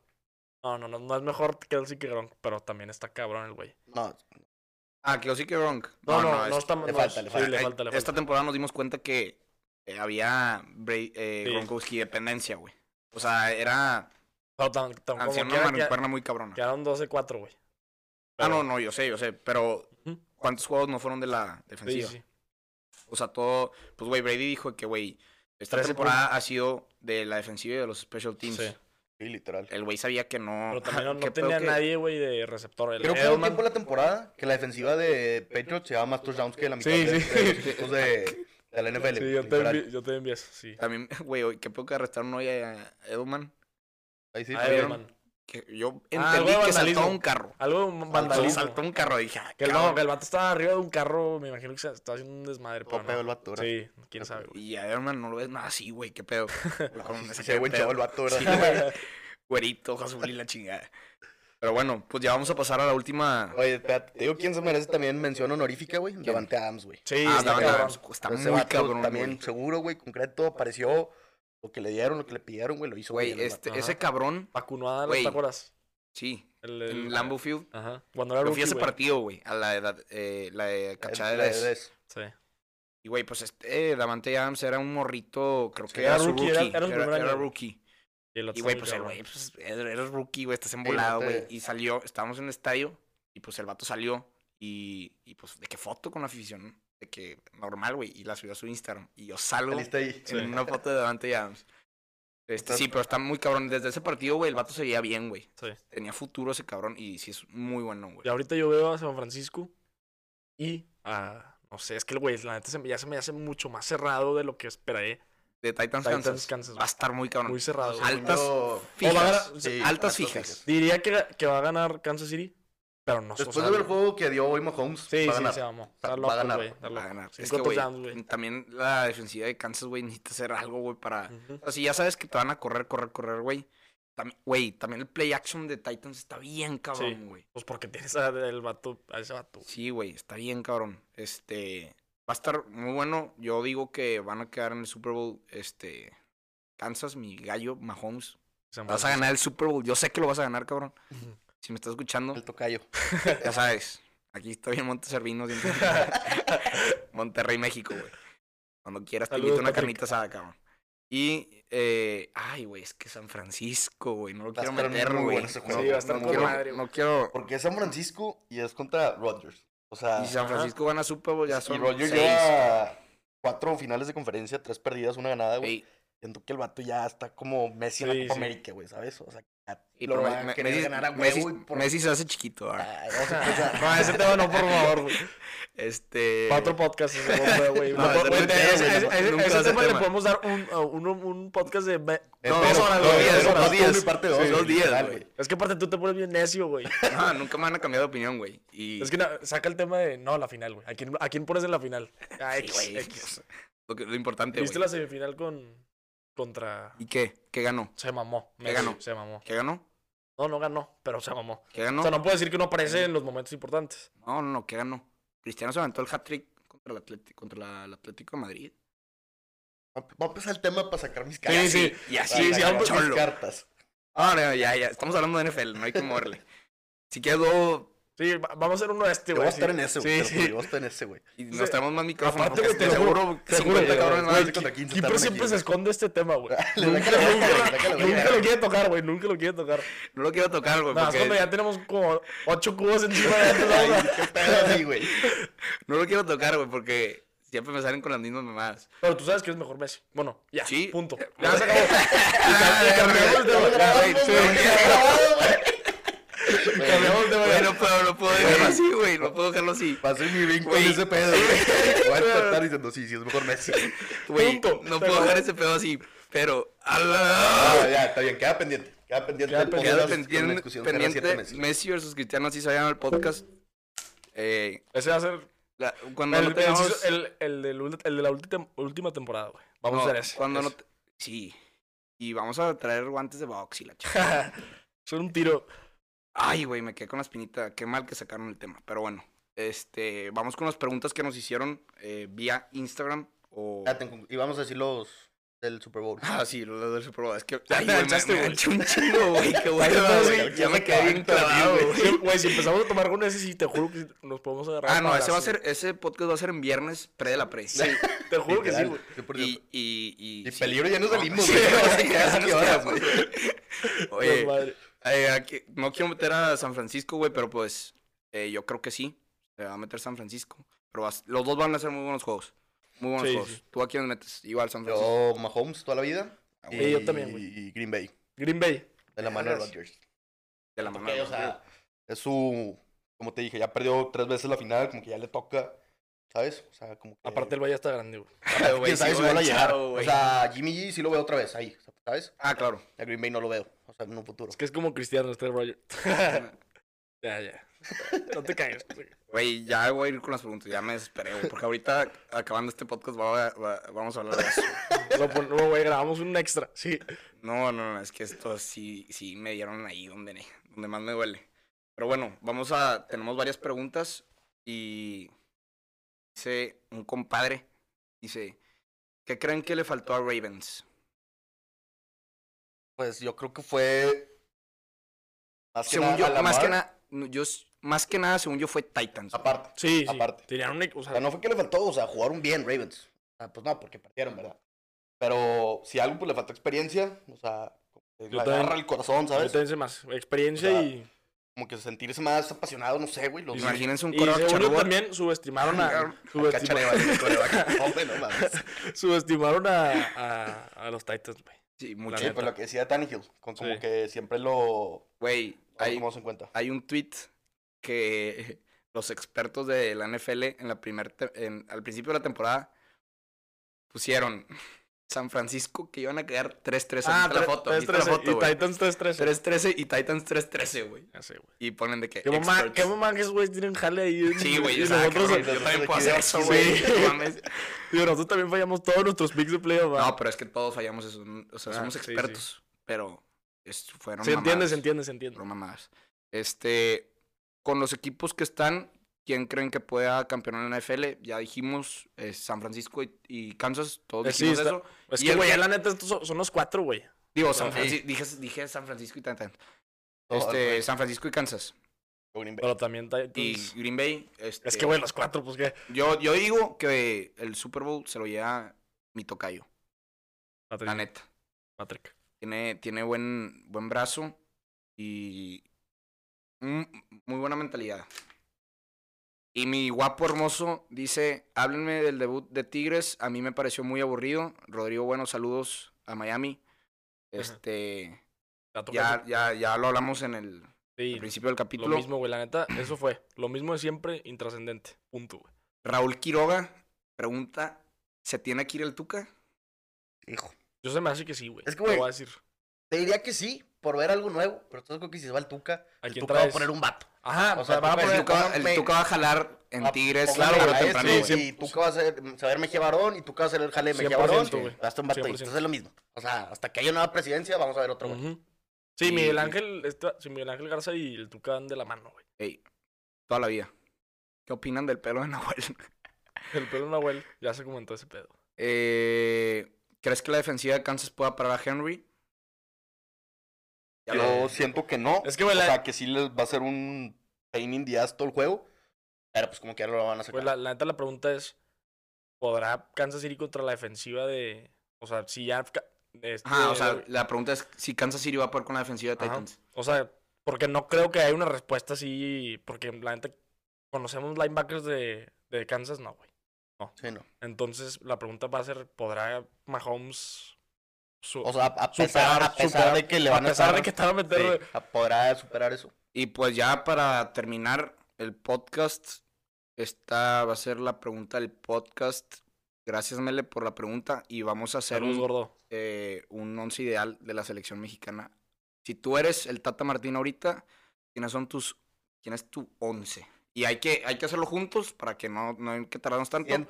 Speaker 2: no, no, no, no es mejor Kelsey que Gronk, pero también está cabrón el güey.
Speaker 3: No,
Speaker 1: Ah, Kelsey que Gronk.
Speaker 2: No, no,
Speaker 1: es-
Speaker 2: no, está mal.
Speaker 3: le falta, le falta.
Speaker 2: Sí, le
Speaker 1: Ay,
Speaker 2: falta, le
Speaker 1: Esta
Speaker 2: falta.
Speaker 1: temporada nos dimos cuenta que eh, había Bra- eh,
Speaker 2: Sí.
Speaker 1: Gronkowski dependencia, güey. O sea, era
Speaker 2: Pero tan- tan- como
Speaker 1: anciano
Speaker 2: quiera
Speaker 1: una
Speaker 2: que-
Speaker 1: mancuerna muy cabrona.
Speaker 2: Quedaron 12-4, güey.
Speaker 1: Ah, no,
Speaker 2: Pero-
Speaker 1: no, yo sé, yo sé. Pero,
Speaker 2: Ujú.
Speaker 1: ¿cuántos juegos no fueron de la
Speaker 2: Sí,
Speaker 1: defensiva?
Speaker 2: sí.
Speaker 1: O sea, todo. Pues, güey, Brady dijo que, güey, esta
Speaker 2: 13
Speaker 1: temporada ha sido de la defensiva y de los special teams.
Speaker 2: Sí.
Speaker 3: sí, literal.
Speaker 1: El güey sabía que no.
Speaker 2: Pero también no,
Speaker 3: *laughs*
Speaker 1: qué
Speaker 2: no
Speaker 1: pedo
Speaker 2: tenía
Speaker 1: que-
Speaker 2: nadie, güey, de receptor. El
Speaker 3: Creo que hubo un
Speaker 2: Edelman-
Speaker 3: tiempo en la temporada que la defensiva de Patriots llevaba más touchdowns que la mitad
Speaker 2: Sí,
Speaker 3: de,
Speaker 2: sí.
Speaker 3: de los equipos de, de la NFL.
Speaker 2: Sí, yo te,
Speaker 3: literal.
Speaker 2: envi- yo te envié eso, sí.
Speaker 1: También, *laughs* güey, hoy, qué pedo que arrestaron hoy a Edelman.
Speaker 3: Ahí sí,
Speaker 2: Ah,
Speaker 1: ¿vieron?
Speaker 2: Edelman.
Speaker 1: Que yo
Speaker 2: Ah,
Speaker 1: entendí
Speaker 2: güey,
Speaker 1: que saltó
Speaker 2: vandalismo.
Speaker 1: un carro.
Speaker 2: Algo
Speaker 1: Saltó,
Speaker 2: vandalismo.
Speaker 1: saltó un carro, dije. ah,
Speaker 2: Que el,
Speaker 1: cabrón.
Speaker 2: no, que el vato estaba arriba de un carro, me imagino que se estaba haciendo un desmadre.
Speaker 3: todo
Speaker 2: Pero
Speaker 3: pedo el
Speaker 2: no.
Speaker 3: vato, ¿verdad?
Speaker 2: Sí, quién sabe,
Speaker 3: *laughs*
Speaker 2: güey.
Speaker 1: Y a Edelman no lo ves nada así, güey, qué pedo. Cabrón, ese
Speaker 3: Sí, *laughs* se ve
Speaker 1: qué
Speaker 3: buen
Speaker 1: pedo.
Speaker 3: chavo el vato, ¿verdad?
Speaker 1: Sí, güey. Güerito, ojos azul y la chingada. Pero bueno, pues ya vamos a pasar a la última.
Speaker 3: Oye, espérate, te digo quién se merece también mención honorífica, güey. Davante Adams, güey.
Speaker 2: Sí,
Speaker 1: Ah,
Speaker 2: está
Speaker 1: Davante
Speaker 2: cabrón.
Speaker 1: Adams, Está
Speaker 3: Ese
Speaker 1: muy
Speaker 3: vato
Speaker 1: cabrón.
Speaker 3: También
Speaker 1: güey.
Speaker 3: seguro, güey, concreto, apareció lo que le dieron, lo que le pidieron, güey, lo hizo.
Speaker 1: Güey,
Speaker 3: bien el
Speaker 1: este,
Speaker 2: Ajá.
Speaker 1: ese cabrón,
Speaker 2: Vacunoada, ¿no
Speaker 1: Güey.
Speaker 2: te acuerdas?
Speaker 1: sí,
Speaker 2: El,
Speaker 1: en
Speaker 2: el-
Speaker 1: Lambeau Field.
Speaker 2: Ajá. Cuando era
Speaker 1: Yo fui a
Speaker 2: rookie,
Speaker 1: ese
Speaker 2: güey.
Speaker 1: partido, güey, a la edad, eh, la de
Speaker 3: vato.
Speaker 1: cachada de
Speaker 3: La de
Speaker 1: Dez.
Speaker 3: Dez.
Speaker 2: Sí.
Speaker 1: Y güey, pues este eh, Davante Adams era un morrito, creo
Speaker 2: Sí,
Speaker 1: que
Speaker 2: era
Speaker 1: era, su
Speaker 2: rookie,
Speaker 1: rookie,
Speaker 2: era- era su
Speaker 1: era,
Speaker 2: primer
Speaker 1: era
Speaker 2: año.
Speaker 1: rookie.
Speaker 2: Y, el otro
Speaker 1: Y
Speaker 2: está
Speaker 1: güey,
Speaker 2: muy
Speaker 1: pues el
Speaker 2: cabrón.
Speaker 1: güey, pues er- eres rookie, güey, estás
Speaker 3: no
Speaker 1: embolado,
Speaker 3: te-
Speaker 1: güey. Y salió, estábamos en el estadio, y pues el vato salió, y, y pues de qué foto con la afición, de que normal, güey, y la subió a su Instagram. Y yo salgo
Speaker 3: Saliste ahí.
Speaker 2: Sí.
Speaker 1: en una foto de Davante Adams. Este,
Speaker 3: Estás-
Speaker 1: sí, pero está muy cabrón. Desde ese partido, güey, el vato se veía bien, güey.
Speaker 2: Sí.
Speaker 1: Tenía futuro ese cabrón y sí es muy bueno, güey.
Speaker 2: Y ahorita yo veo a San Francisco y a. No sé, es que el güey, la neta, se me- ya se me hace mucho más cerrado de lo que esperé.
Speaker 1: De Titans,
Speaker 2: Titans,
Speaker 1: Kansas.
Speaker 2: Kansas,
Speaker 1: Va a estar muy cabrón.
Speaker 2: Muy cerrado.
Speaker 3: Segundo-
Speaker 1: Altas
Speaker 2: O va a
Speaker 1: fijas.
Speaker 2: ganar-
Speaker 3: sí,
Speaker 1: altas fijas.
Speaker 2: Diría que, que va a ganar Kansas City, pero no sé, o
Speaker 3: Después
Speaker 2: sea,
Speaker 3: de ver el juego que dio hoy Mahomes,
Speaker 2: Sí,
Speaker 3: va a
Speaker 2: sí,
Speaker 3: ganar.
Speaker 2: se mamó.
Speaker 3: Va-
Speaker 2: Está
Speaker 3: va a
Speaker 2: loco,
Speaker 3: ganar,
Speaker 2: güey. está
Speaker 1: Va a
Speaker 2: loco.
Speaker 1: ganar. Es
Speaker 2: Cinco
Speaker 1: que, güey,
Speaker 2: touchdowns, güey.
Speaker 1: también la defensiva de Kansas, güey, necesita hacer algo, güey, para...
Speaker 2: Ujú.
Speaker 1: O sea, si ya sabes que te van a correr, correr, correr, güey. Tam- Güey, también el play action de Titans está bien
Speaker 2: Sí.
Speaker 1: cabrón, güey.
Speaker 2: Pues porque tienes a, el vato, a ese vato.
Speaker 1: Sí, güey, está bien cabrón. Este... Va a estar muy bueno. Yo digo que van a quedar en el Super Bowl, este... Kansas, mi gallo, Mahomes.
Speaker 2: San
Speaker 1: Vas a ganar el Super Bowl. Yo sé que lo vas a ganar, cabrón.
Speaker 2: Ujú.
Speaker 1: Si me estás escuchando,
Speaker 3: El tocayo.
Speaker 1: ya sabes. Aquí estoy en Monte Servino, siempre. *laughs* Monterrey, México, güey. Cuando quieras te invito
Speaker 2: Saludos,
Speaker 1: una
Speaker 2: Patrick.
Speaker 1: carnita asada, cabrón. Y, eh, ay, güey, es que San Francisco, güey, no lo
Speaker 3: Va a
Speaker 1: quiero
Speaker 3: estar
Speaker 1: meter,
Speaker 3: muy
Speaker 1: güey.
Speaker 3: bueno ese
Speaker 1: No,
Speaker 3: juego.
Speaker 2: Sí, va a estar
Speaker 1: no
Speaker 2: con
Speaker 1: quiero,
Speaker 2: madre, güey.
Speaker 1: no quiero.
Speaker 3: Porque es San Francisco y es contra Rodgers. O sea,
Speaker 1: Y San Francisco gana Super Bowl, ya
Speaker 3: y
Speaker 1: son
Speaker 3: Rodgers
Speaker 1: seis.
Speaker 3: lleva cuatro finales de conferencia, tres perdidas, una ganada, güey.
Speaker 1: Ey,
Speaker 3: Siento que el vato ya está como Messi en la
Speaker 2: Sí,
Speaker 3: Copa
Speaker 2: sí.
Speaker 3: América, güey, ¿sabes? O sea, ya
Speaker 1: y
Speaker 3: lo
Speaker 1: pero
Speaker 3: va a
Speaker 1: Me-
Speaker 3: querer
Speaker 1: Messi-
Speaker 3: ganar a
Speaker 1: Messi-
Speaker 3: huevo y por... Ah.
Speaker 1: Messi se hace chiquito ahora.
Speaker 3: *laughs* Ay, vamos a empezar.
Speaker 2: No,
Speaker 3: *laughs*
Speaker 2: ese tema no, por favor, güey.
Speaker 1: Este.
Speaker 2: Para otro podcast, ese hombre, güey.
Speaker 1: No,
Speaker 2: No,
Speaker 1: ese
Speaker 2: güey,
Speaker 1: tema,
Speaker 2: ese-
Speaker 1: güey, nunca
Speaker 2: ese- ese-
Speaker 1: va a
Speaker 2: ese
Speaker 1: ser
Speaker 2: tema le
Speaker 1: tema.
Speaker 2: podemos dar un, uh, un, un podcast de... ve-
Speaker 1: No,
Speaker 3: Espero-
Speaker 1: dos horas,
Speaker 3: dos
Speaker 1: güey,
Speaker 3: días,
Speaker 1: dos horas,
Speaker 3: dos días.
Speaker 1: uno y parte dos.
Speaker 3: Sí,
Speaker 1: Dos días,
Speaker 3: literal,
Speaker 1: güey.
Speaker 2: Es que aparte tú te pones bien necio, güey.
Speaker 1: No, nunca me van a cambiar de opinión, güey. Y...
Speaker 2: Es que na- saca el tema de... No, la final, güey. ¿A quién, ¿A quién pones en la final? Ah,
Speaker 1: Sí,
Speaker 2: X,
Speaker 1: güey,
Speaker 2: X.
Speaker 1: o sea, Lo, que- lo importante,
Speaker 2: ¿Viste
Speaker 1: güey.
Speaker 2: la semifinal con... Contra...
Speaker 1: ¿Y qué? ¿Qué ganó?
Speaker 2: Se mamó.
Speaker 1: ¿Qué
Speaker 2: Messi,
Speaker 1: ganó?
Speaker 2: Se mamó.
Speaker 1: ¿Qué ganó?
Speaker 2: No, no ganó, pero se mamó.
Speaker 1: ¿Qué ganó?
Speaker 2: O sea, no puedo decir que no aparece en los momentos importantes.
Speaker 1: No, no, no, ¿qué ganó? Cristiano se aventó el hat-trick contra el Atlético, contra la- el Atlético de Madrid.
Speaker 3: Va a empezar el tema para sacar mis cartas.
Speaker 2: sí.
Speaker 1: Y así,
Speaker 2: sí,
Speaker 3: Para sacar
Speaker 2: ya,
Speaker 3: mis
Speaker 2: pues,
Speaker 1: cholo.
Speaker 3: cartas.
Speaker 1: Ah, no, ya, ya, estamos hablando de NFL, no hay que
Speaker 2: *laughs*
Speaker 1: moverle. Si quedó,
Speaker 2: Sí, va- vamos a hacer uno de este,
Speaker 3: Yo
Speaker 2: güey.
Speaker 3: voy a
Speaker 2: sí.
Speaker 3: estar en ese,
Speaker 2: Sí,
Speaker 3: güey. te lo
Speaker 2: sí.
Speaker 3: juro, Yo voy a estar en ese, güey.
Speaker 1: y
Speaker 2: O sea,
Speaker 1: nos traemos más micrófonos,
Speaker 2: aparte,
Speaker 1: porque
Speaker 2: güey, te
Speaker 1: estoy
Speaker 2: lo juro,
Speaker 1: seguro,
Speaker 3: te lo juro,
Speaker 1: 50
Speaker 3: güey,
Speaker 1: cabrones
Speaker 3: güey,
Speaker 1: más.
Speaker 3: sí, contra 15
Speaker 2: Kipper
Speaker 3: estaban
Speaker 2: siempre
Speaker 3: aquí,
Speaker 2: se esconde este tema,
Speaker 3: *laughs*
Speaker 2: güey.
Speaker 3: Le da
Speaker 2: Nunca,
Speaker 3: calor,
Speaker 2: nunca-
Speaker 3: güey, le da calor,
Speaker 2: nunca
Speaker 3: güey.
Speaker 2: lo quiere tocar, güey. Nunca lo quiere tocar.
Speaker 1: No lo quiero tocar, güey,
Speaker 2: Nada, es cuando
Speaker 1: porque...
Speaker 2: ya tenemos como ocho cubos
Speaker 1: *laughs*
Speaker 2: encima de este lado,
Speaker 3: Ay,
Speaker 2: güey.
Speaker 3: qué pedo así, güey.
Speaker 1: No lo quiero tocar, güey, porque siempre me salen con las mismas mamadas.
Speaker 2: Pero tú sabes que es mejor Messi. Bueno, ya,
Speaker 1: Sí.
Speaker 2: punto.
Speaker 1: Eh,
Speaker 2: Ya se acabó.
Speaker 1: Ah,
Speaker 2: y cambiamos el tema.
Speaker 1: ya, güey,
Speaker 3: Grabamos,
Speaker 1: sí.
Speaker 3: güey, grabado, güey.
Speaker 2: Cambiamos de
Speaker 1: Güey,
Speaker 2: manera.
Speaker 1: no puedo, no puedo dejarlo así, güey, no puedo dejarlo así.
Speaker 3: Va a ser mi vínculo
Speaker 1: Güey.
Speaker 3: ese pedo, güey. Voy a tratar diciendo, sí, sí, es mejor Messi.
Speaker 1: Güey,
Speaker 2: Punto.
Speaker 1: no
Speaker 2: Se
Speaker 1: puedo
Speaker 2: acabó.
Speaker 1: dejar ese pedo así, pero... ¡Ala!
Speaker 3: Ah, ya, está bien, queda pendiente. Queda pendiente.
Speaker 2: Queda
Speaker 3: el podcast
Speaker 1: Queda
Speaker 2: pendiente.
Speaker 3: con la
Speaker 1: pendiente,
Speaker 3: discusión que era
Speaker 1: pendiente
Speaker 3: cierto
Speaker 1: Messi.
Speaker 3: Messi.
Speaker 1: versus Cristiano, así se llama el podcast. Eh,
Speaker 2: Ese va a ser
Speaker 1: la-
Speaker 2: el,
Speaker 1: cuando no
Speaker 2: el,
Speaker 1: tengamos...
Speaker 2: el- el del ul- el de la ulti- última temporada, güey. Vamos a
Speaker 1: no,
Speaker 2: hacer ese.
Speaker 1: Cuando
Speaker 2: ese.
Speaker 1: no te- Sí. Y vamos a traer guantes de box y la chica.
Speaker 2: *laughs* Son
Speaker 1: *laughs*
Speaker 2: un tiro.
Speaker 1: Ay, güey, me quedé con la espinita. Qué mal que sacaron el tema. Pero bueno, este, vamos con las preguntas que nos hicieron eh, vía Instagram o...
Speaker 3: Ya, tengo- Y vamos a decir los del Super Bowl. *laughs*
Speaker 1: Ah, sí, lo del Super Bowl. Es que...
Speaker 2: Ya
Speaker 1: Ay,
Speaker 2: te
Speaker 1: güey, me,
Speaker 2: ganchaste,
Speaker 1: me
Speaker 2: güey.
Speaker 1: ganché un chingo, güey. Qué hueva,
Speaker 2: entonces,
Speaker 1: güey.
Speaker 3: sí,
Speaker 1: Ya
Speaker 3: ya
Speaker 1: me
Speaker 3: me
Speaker 1: quedé
Speaker 3: acabé
Speaker 1: bien
Speaker 3: clavado,
Speaker 1: clavado,
Speaker 3: güey.
Speaker 1: Ah, güey.
Speaker 2: Sí, Güey, si empezamos a tomar con ese, sí, te juro que nos podemos agarrar.
Speaker 1: Ah, no,
Speaker 2: a
Speaker 1: ese va a ser...
Speaker 2: balazos.
Speaker 1: Ese podcast va a ser en viernes, pre de la pre.
Speaker 2: Sí, te juro que sí,
Speaker 3: Literal,
Speaker 2: güey.
Speaker 3: 100%.
Speaker 1: Y, y, y,
Speaker 3: Y
Speaker 1: sí.
Speaker 3: peligro ya nos
Speaker 1: *laughs*
Speaker 3: salimos,
Speaker 1: Sí,
Speaker 3: güey.
Speaker 1: o sea,
Speaker 3: *laughs* Ya
Speaker 1: ya
Speaker 3: nos
Speaker 1: nos
Speaker 3: quedamos,
Speaker 1: quedamos,
Speaker 3: güey.
Speaker 1: *laughs* Oye,
Speaker 2: Pues, madre.
Speaker 1: eh, aquí- no quiero meter a San Francisco, güey, pero pues eh, yo creo que sí. Se va a meter San Francisco. Pero vas- los dos van a ser muy buenos juegos. Muy buenos
Speaker 2: Sí,
Speaker 1: juegos.
Speaker 2: sí.
Speaker 1: ¿Tú a quién metes? Igual San Francisco.
Speaker 3: Yo, Mahomes toda la vida.
Speaker 2: Sí, yo también, Ah, güey. Ah,
Speaker 3: Y Green Bay,
Speaker 2: Green
Speaker 1: Eh.
Speaker 2: Bay.
Speaker 3: de la mano de
Speaker 2: Vergas.
Speaker 3: Rodgers.
Speaker 1: de la mano.
Speaker 3: Porque,
Speaker 1: *laughs*
Speaker 3: o sea, es su. Como te dije, ya perdió tres veces la final, como que ya le toca. ¿Sabes? O sea, como que.
Speaker 2: Aparte, el Valle está grande, güey.
Speaker 1: Ah, güey,
Speaker 3: quién sabe
Speaker 1: sí,
Speaker 3: si van a
Speaker 1: güey,
Speaker 3: llegar.
Speaker 1: chao,
Speaker 3: O
Speaker 1: güey.
Speaker 3: sea, Jimmy G sí lo veo otra vez ahí, ¿sabes?
Speaker 1: ah, claro.
Speaker 3: A Green Bay no lo veo, o sea, en un futuro.
Speaker 2: Es que es como Cristiano, este
Speaker 1: *laughs*
Speaker 2: Roger. *laughs* ya, ya. No te caigas.
Speaker 1: Güey, ya voy a ir con las preguntas. Ya me desesperé, güey. Porque ahorita, acabando este podcast, va- va- vamos a hablar de eso.
Speaker 2: Lo pon- No, güey, grabamos un extra. Sí.
Speaker 1: No, no, no, es que esto sí, sí me dieron ahí donde, donde más me duele. Pero bueno, vamos a, tenemos varias preguntas y dice un compadre, dice, ¿qué creen que le faltó a Ravens?
Speaker 3: Pues yo creo que fue. Más que,
Speaker 1: Según
Speaker 3: nada, a
Speaker 1: yo,
Speaker 3: la
Speaker 1: más que
Speaker 3: mar.
Speaker 1: nada, no, yo, s- más que nada, según yo fue Titans.
Speaker 3: Aparte.
Speaker 2: Sí, sí.
Speaker 3: Aparte.
Speaker 2: Tenían un. O
Speaker 3: O
Speaker 2: sea,
Speaker 3: sea, no fue que le faltó, o sea, jugaron bien Ravens. O sea, pues no, porque perdieron, ¿verdad? Pero si algo pues le faltó experiencia, o sea, como que
Speaker 2: Yo
Speaker 3: le
Speaker 2: también-
Speaker 3: agarra el corazón,
Speaker 2: yo
Speaker 3: ¿sabes?
Speaker 2: también sé más. Experiencia
Speaker 3: O sea,
Speaker 2: y.
Speaker 3: Como que sentirse más apasionado, no sé, güey. Los
Speaker 1: Imagínense un
Speaker 2: Y según
Speaker 1: coreback
Speaker 2: yo
Speaker 1: charbot.
Speaker 2: también subestimaron a. subestima- *laughs*
Speaker 3: Cachareva, el coreback. No, güey, no mames. pues,
Speaker 2: subestimaron a, a, a los Titans, güey.
Speaker 1: Sí,
Speaker 3: Sí,
Speaker 1: mucho.
Speaker 2: neta.
Speaker 3: pues lo que decía Tannehill, con como
Speaker 2: Sí.
Speaker 3: que siempre lo
Speaker 1: Güey, hay,
Speaker 3: tomamos en cuenta.
Speaker 1: hay un tweet que *laughs* los expertos de la NFL en la primer te- en- al principio de la temporada pusieron *laughs* San Francisco que iban a quedar 3-3.
Speaker 2: Ah,
Speaker 1: Ahí está la foto, ahí está la
Speaker 2: 3-13,
Speaker 1: foto,
Speaker 2: y
Speaker 1: güey.
Speaker 2: Titans 3-13.
Speaker 1: 3-13 y Titans 3-13, güey.
Speaker 2: Así, güey.
Speaker 1: Y ponen de que.
Speaker 2: Qué mamá,
Speaker 1: experts.
Speaker 2: qué mamá que esos güeyes tienen jale ahí.
Speaker 1: Sí, güey.
Speaker 2: Y
Speaker 1: o sea,
Speaker 2: nosotros,
Speaker 1: cabrón,
Speaker 3: nosotros
Speaker 1: yo también
Speaker 3: aquí
Speaker 1: puedo hacer
Speaker 3: de
Speaker 1: eso,
Speaker 3: aquí,
Speaker 1: güey.
Speaker 3: güey.
Speaker 1: no
Speaker 2: *laughs*
Speaker 1: mames.
Speaker 2: digo, nosotros también fallamos todos nuestros picks de playoff. ¿va?
Speaker 1: No, pues, pero es que todos fallamos eso. O sea,
Speaker 2: Ah,
Speaker 1: somos
Speaker 2: sí, sí.
Speaker 1: expertos. Pero es- fueron.
Speaker 2: se entiende,
Speaker 1: mamadas,
Speaker 2: se entiende, se entiende.
Speaker 1: Fueron mamadas. Este. Con los equipos que están, ¿quién creen que pueda campeonar en la NFL? Ya dijimos eh, San Francisco y, y Kansas. Todos
Speaker 2: Eh, sí,
Speaker 1: dijimos
Speaker 2: está-
Speaker 1: eso.
Speaker 2: Es
Speaker 1: Y
Speaker 2: que,
Speaker 1: el-
Speaker 2: güey, ya la neta, estos son, son los cuatro, güey.
Speaker 1: Digo, San
Speaker 2: Sí.
Speaker 1: Francisco, dije, dije San Francisco y tan, tan.
Speaker 3: Todo
Speaker 1: Este,
Speaker 3: el-
Speaker 1: San Francisco y Kansas.
Speaker 3: Green Bay.
Speaker 2: Pero también Titans.
Speaker 1: Y Green Bay.
Speaker 2: Es
Speaker 1: este,
Speaker 2: que, güey, los cuatro, pues, ¿qué?
Speaker 1: Yo, yo digo que el Super Bowl se lo lleva mi tocayo,
Speaker 2: Patrick.
Speaker 1: la neta.
Speaker 2: Patrick.
Speaker 1: Tiene, tiene buen, buen brazo y un- muy buena mentalidad. Y mi guapo hermoso dice, háblenme del debut de Tigres, a mí me pareció muy aburrido. Rodrigo, buenos saludos a Miami.
Speaker 2: Ajá.
Speaker 1: Este,
Speaker 2: La toca
Speaker 1: ya, ya, ya lo hablamos en el,
Speaker 2: Sí,
Speaker 1: al principio del
Speaker 2: lo
Speaker 1: capítulo.
Speaker 2: mismo, güey, la neta, eso fue. Lo mismo de siempre, intrascendente. Punto, güey.
Speaker 1: Raúl Quiroga pregunta, ¿se tiene que ir el Tuca?
Speaker 3: Hijo.
Speaker 2: Yo se me hace que sí, güey.
Speaker 3: Es que,
Speaker 2: Te
Speaker 3: güey,
Speaker 2: voy a decir.
Speaker 3: Te diría que sí, por ver algo nuevo, pero entonces creo que si se va el Tuca,
Speaker 2: ¿A
Speaker 3: el
Speaker 2: quién
Speaker 3: Tuca va a
Speaker 2: traes?
Speaker 3: poner un vato.
Speaker 2: Ajá,
Speaker 3: o sea,
Speaker 2: va a
Speaker 3: tú
Speaker 1: El
Speaker 3: Bueno,
Speaker 2: poner.
Speaker 1: Tuca, va-
Speaker 3: pónganme-
Speaker 1: el Tuca va a jalar en
Speaker 3: Ah,
Speaker 1: Tigres,
Speaker 3: póngale
Speaker 1: claro,
Speaker 3: a
Speaker 1: pero
Speaker 3: este,
Speaker 1: temprano. güey.
Speaker 2: sí.
Speaker 3: Y Tuca va a ser, se va a ver Mejía Barón y Tuca va a ser el jale de Mejía
Speaker 2: 100%,
Speaker 3: Barón.
Speaker 2: güey.
Speaker 3: Va a estar un vato ahí.
Speaker 2: 100%.
Speaker 3: Entonces es lo mismo. O sea, hasta que haya una nueva presidencia, vamos a ver otro, güey.
Speaker 2: Ujú. Sí,
Speaker 1: Y-
Speaker 2: Miguel Ángel, este- sí, Miguel Ángel Garza y el Tuca van de la mano, güey. *laughs*
Speaker 1: Ey, toda la vida. ¿Qué opinan del pelo de Nahuel?
Speaker 2: El pelo de Nahuel ya se comentó ese pedo.
Speaker 1: Eh, ¿Crees que la defensiva de Kansas pueda parar a Henry? Ya lo-
Speaker 3: Yo siento que no.
Speaker 2: Es que, güey,
Speaker 3: O
Speaker 2: la-
Speaker 3: sea, que sí les va a ser un pain in the ass todo el juego. Pero pues como que ahora lo van a sacar.
Speaker 2: Pues la, la neta la pregunta es, ¿podrá Kansas City contra la defensiva de... O sea, si ya... ca- este,
Speaker 1: Ajá, o sea, la pregunta es si Kansas City va a poder con la defensiva de
Speaker 2: Ajá.
Speaker 1: Titans.
Speaker 2: o sea, porque no creo que haya una respuesta así, porque la neta conocemos linebackers de, de Kansas, no, güey.
Speaker 3: Sí, no.
Speaker 2: Entonces la pregunta va a ser, ¿podrá Mahomes... su-
Speaker 3: O sea, a, a pesar,
Speaker 2: Superar,
Speaker 3: a pesar
Speaker 2: superar.
Speaker 3: de que le
Speaker 2: a
Speaker 3: van a,
Speaker 2: pesar
Speaker 3: estar-
Speaker 2: de que estaba a meter...
Speaker 3: Sí, a- podrá superar eso.
Speaker 1: Y pues ya para terminar el podcast, esta va a ser la pregunta del podcast. Gracias, Mele, por la pregunta. Y vamos a hacer
Speaker 2: Saludos,
Speaker 1: un,
Speaker 2: gordo.
Speaker 1: eh, un once ideal de la selección mexicana. Si tú eres el Tata Martín ahorita, ¿quiénes son tus, quién es tu once? Y hay que, hay que hacerlo juntos para que no, no hay que tardarnos tanto.
Speaker 3: Bien.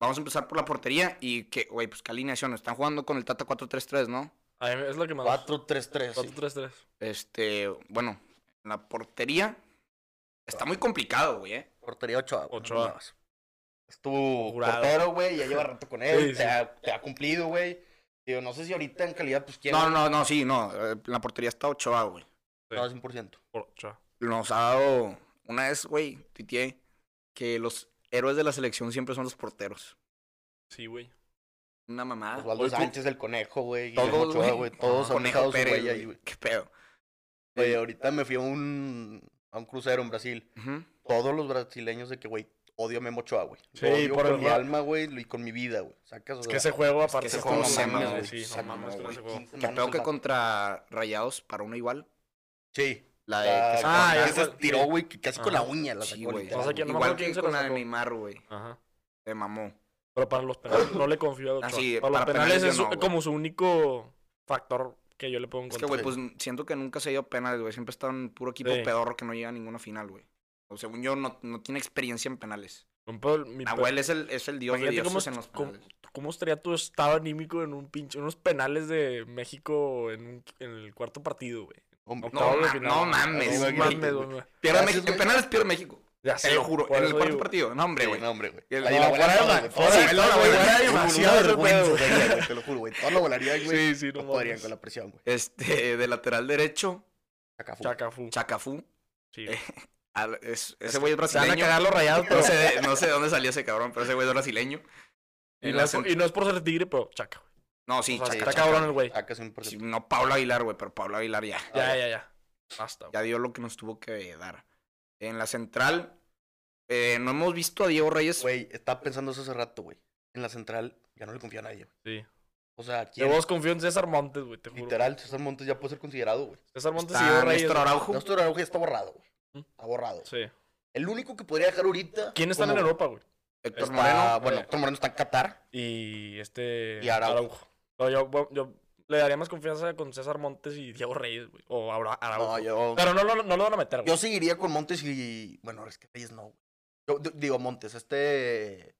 Speaker 1: Vamos a empezar por la portería y que, güey, pues qué alineación. Están jugando con el Tata 4-3-3, ¿no?
Speaker 2: A mí es lo que más...
Speaker 3: 4-3-3. sí.
Speaker 2: 4-3-3.
Speaker 1: Este, bueno, en la portería está muy complicado, güey. ¿eh?
Speaker 3: Portería ah, 8
Speaker 2: Ochoa.
Speaker 3: Es tu
Speaker 2: Jurado.
Speaker 3: portero, güey. Ya lleva rato con él.
Speaker 2: Sí,
Speaker 3: te,
Speaker 2: sí.
Speaker 3: Ha, te ha cumplido, güey. Digo, no sé si ahorita en calidad, pues quién.
Speaker 1: No, no, no, sí, no. eh, En la portería está Ochoa, güey.
Speaker 3: No, 100%.
Speaker 2: Por- chua.
Speaker 1: Nos ha dado una vez, güey, tuiteé, que los héroes de la selección siempre son los porteros.
Speaker 2: Sí, güey.
Speaker 1: Una mamada.
Speaker 3: Osvaldo
Speaker 1: Hoy cu-
Speaker 3: Sánchez, el conejo, güey. Guillermo
Speaker 1: Todos, *laughs*
Speaker 3: Ochoa, güey. Todos han
Speaker 1: Conejo
Speaker 3: dejado su
Speaker 1: Pérez,
Speaker 3: huella ahí,
Speaker 1: güey.
Speaker 3: güey.
Speaker 1: Qué pedo.
Speaker 3: Güey, ahorita me fui a un, a un crucero en Brasil.
Speaker 1: Ujú.
Speaker 3: Todos los brasileños de que, güey, odio a Memo Ochoa, güey. Lo
Speaker 2: Sí,
Speaker 3: odio
Speaker 2: por
Speaker 3: con
Speaker 2: el
Speaker 3: mi
Speaker 2: juego.
Speaker 3: alma, güey, y con mi vida, güey. Sacas, o
Speaker 2: Es
Speaker 3: sea,
Speaker 2: que ese juego, aparte,
Speaker 1: ese
Speaker 2: es
Speaker 1: juego
Speaker 2: como
Speaker 1: se mamó,
Speaker 2: mames,
Speaker 1: güey,
Speaker 2: sí,
Speaker 1: se
Speaker 2: no
Speaker 1: mamó,
Speaker 2: mames con
Speaker 1: güey.
Speaker 2: ese juego.
Speaker 1: Qué pedo que contra Rayados para uno igual.
Speaker 3: Sí.
Speaker 1: La de que
Speaker 3: Ah,
Speaker 1: se
Speaker 2: ah,
Speaker 1: pone-
Speaker 2: ya
Speaker 3: ya se
Speaker 2: sé.
Speaker 3: estiró, güey, que casi con la
Speaker 2: Ajá.
Speaker 3: uña la
Speaker 1: Sí,
Speaker 3: sacó.
Speaker 1: güey.
Speaker 3: literal,
Speaker 2: O sea, que no
Speaker 3: güey.
Speaker 2: me
Speaker 1: Igual
Speaker 2: acuerdo
Speaker 1: que
Speaker 2: quién se
Speaker 1: con
Speaker 2: la
Speaker 1: la de
Speaker 2: sacó.
Speaker 1: Neymar, güey.
Speaker 2: Ajá.
Speaker 1: Se mamó.
Speaker 2: Pero para los penales no le confío a Ochoa.
Speaker 1: Ah, sí,
Speaker 2: para,
Speaker 1: para
Speaker 2: los penales,
Speaker 1: penales yo
Speaker 2: es
Speaker 1: no, güey.
Speaker 2: como su único factor que yo le pongo en
Speaker 1: Es que,
Speaker 2: contra.
Speaker 1: güey, pues siento que nunca se ha ido a penales, güey. Siempre está un puro equipo
Speaker 2: Sí.
Speaker 1: pedorro que no llega a ninguna final, güey. O según yo, no, no tiene experiencia en penales.
Speaker 2: Un pedo- mi
Speaker 1: Nahuel es el, es el dios de
Speaker 2: Imagínate cómo
Speaker 1: dioses
Speaker 2: es-
Speaker 1: en los
Speaker 2: cómo-
Speaker 1: penales.
Speaker 2: pe- ¿Cómo estaría tu estado anímico en un pinche, unos penales de México en, un- en el cuarto partido, güey?
Speaker 3: Hombre,
Speaker 1: No,
Speaker 2: Octavo de
Speaker 1: ma-
Speaker 2: final.
Speaker 1: no mames,
Speaker 2: No
Speaker 1: güey.
Speaker 2: mames, güey.
Speaker 1: Pierde
Speaker 3: Gracias,
Speaker 1: México. En
Speaker 3: güey.
Speaker 1: penales pierde México.
Speaker 2: Ya
Speaker 1: Te
Speaker 2: sé,
Speaker 1: lo juro.
Speaker 2: por
Speaker 1: En el
Speaker 2: eso
Speaker 1: cuarto
Speaker 2: digo.
Speaker 1: partido. No, hombre,
Speaker 3: Sí,
Speaker 1: güey.
Speaker 3: no, hombre, güey.
Speaker 1: Y el-
Speaker 3: Ahí
Speaker 1: y
Speaker 3: la
Speaker 1: la
Speaker 3: volaron,
Speaker 1: volaron,
Speaker 3: güey.
Speaker 1: güey. Sí,
Speaker 3: Ahí
Speaker 1: la
Speaker 3: la
Speaker 1: volaron, güey.
Speaker 3: volaron, güey.
Speaker 2: Demasiado
Speaker 3: Uno,
Speaker 2: ese
Speaker 3: güey,
Speaker 2: pedo.
Speaker 3: sería, güey, Te lo juro, güey. Todos lo volarían, güey.
Speaker 2: Sí, sí, no
Speaker 3: No podrían
Speaker 2: mames.
Speaker 3: con la presión, güey.
Speaker 1: Este, de lateral derecho,
Speaker 3: Chacafu.
Speaker 2: Chacafú.
Speaker 1: Chacafú.
Speaker 2: Sí.
Speaker 1: Eh, Al- es- ese
Speaker 2: que
Speaker 1: güey es
Speaker 2: se van a
Speaker 1: brasileño.
Speaker 2: cagar los rayados, pero...
Speaker 1: *laughs* No sé, de, no sé de dónde salió ese cabrón, pero ese güey es brasileño.
Speaker 2: y,
Speaker 1: En
Speaker 2: no
Speaker 1: la
Speaker 2: es por,
Speaker 1: cen-
Speaker 2: y no es por ser tigre, pero chaca, güey.
Speaker 1: No, sí,
Speaker 2: o sea,
Speaker 1: Chaca,
Speaker 2: está
Speaker 1: Chaca.
Speaker 2: cabrón el güey.
Speaker 3: Chaca 100%.
Speaker 1: Sí, no Pablo Aguilar, güey, pero Pablo Aguilar ya,
Speaker 2: Ya, ya, ya. Basta, güey.
Speaker 1: ya dio lo que nos tuvo que dar. En la central, eh, no hemos visto a Diego Reyes.
Speaker 3: Güey, estaba pensando eso hace rato, güey. En la central ya no le confía a nadie. güey.
Speaker 2: Sí.
Speaker 3: O sea,
Speaker 2: Yo
Speaker 3: ¿quién?
Speaker 2: vos confío en César Montes, güey, te juro.
Speaker 3: Literal, César Montes ya puede ser considerado, güey.
Speaker 2: César Montes y
Speaker 1: Está
Speaker 2: Diego Reyes.
Speaker 1: Néstor
Speaker 2: güey.
Speaker 1: Araujo.
Speaker 3: Nuestro Araujo ya está borrado, güey.
Speaker 2: ¿Mm?
Speaker 3: Está borrado.
Speaker 2: Sí.
Speaker 3: El único que podría dejar ahorita.
Speaker 2: ¿Quién están en
Speaker 3: como-
Speaker 2: Europa, güey?
Speaker 1: Héctor
Speaker 3: está-
Speaker 1: Moreno.
Speaker 3: Bueno,
Speaker 2: eh.
Speaker 3: Héctor Moreno está en Qatar.
Speaker 2: Y este.
Speaker 3: Y Araujo.
Speaker 2: No, yo, bueno, yo le daría más confianza con César Montes y Diego Reyes, güey. O Ara- Araujo.
Speaker 3: No, yo.
Speaker 2: Pero no, lo- no lo van a meter, güey.
Speaker 3: Yo seguiría con Montes y. Bueno, es que Reyes no, güey. Yo d- digo Montes, este.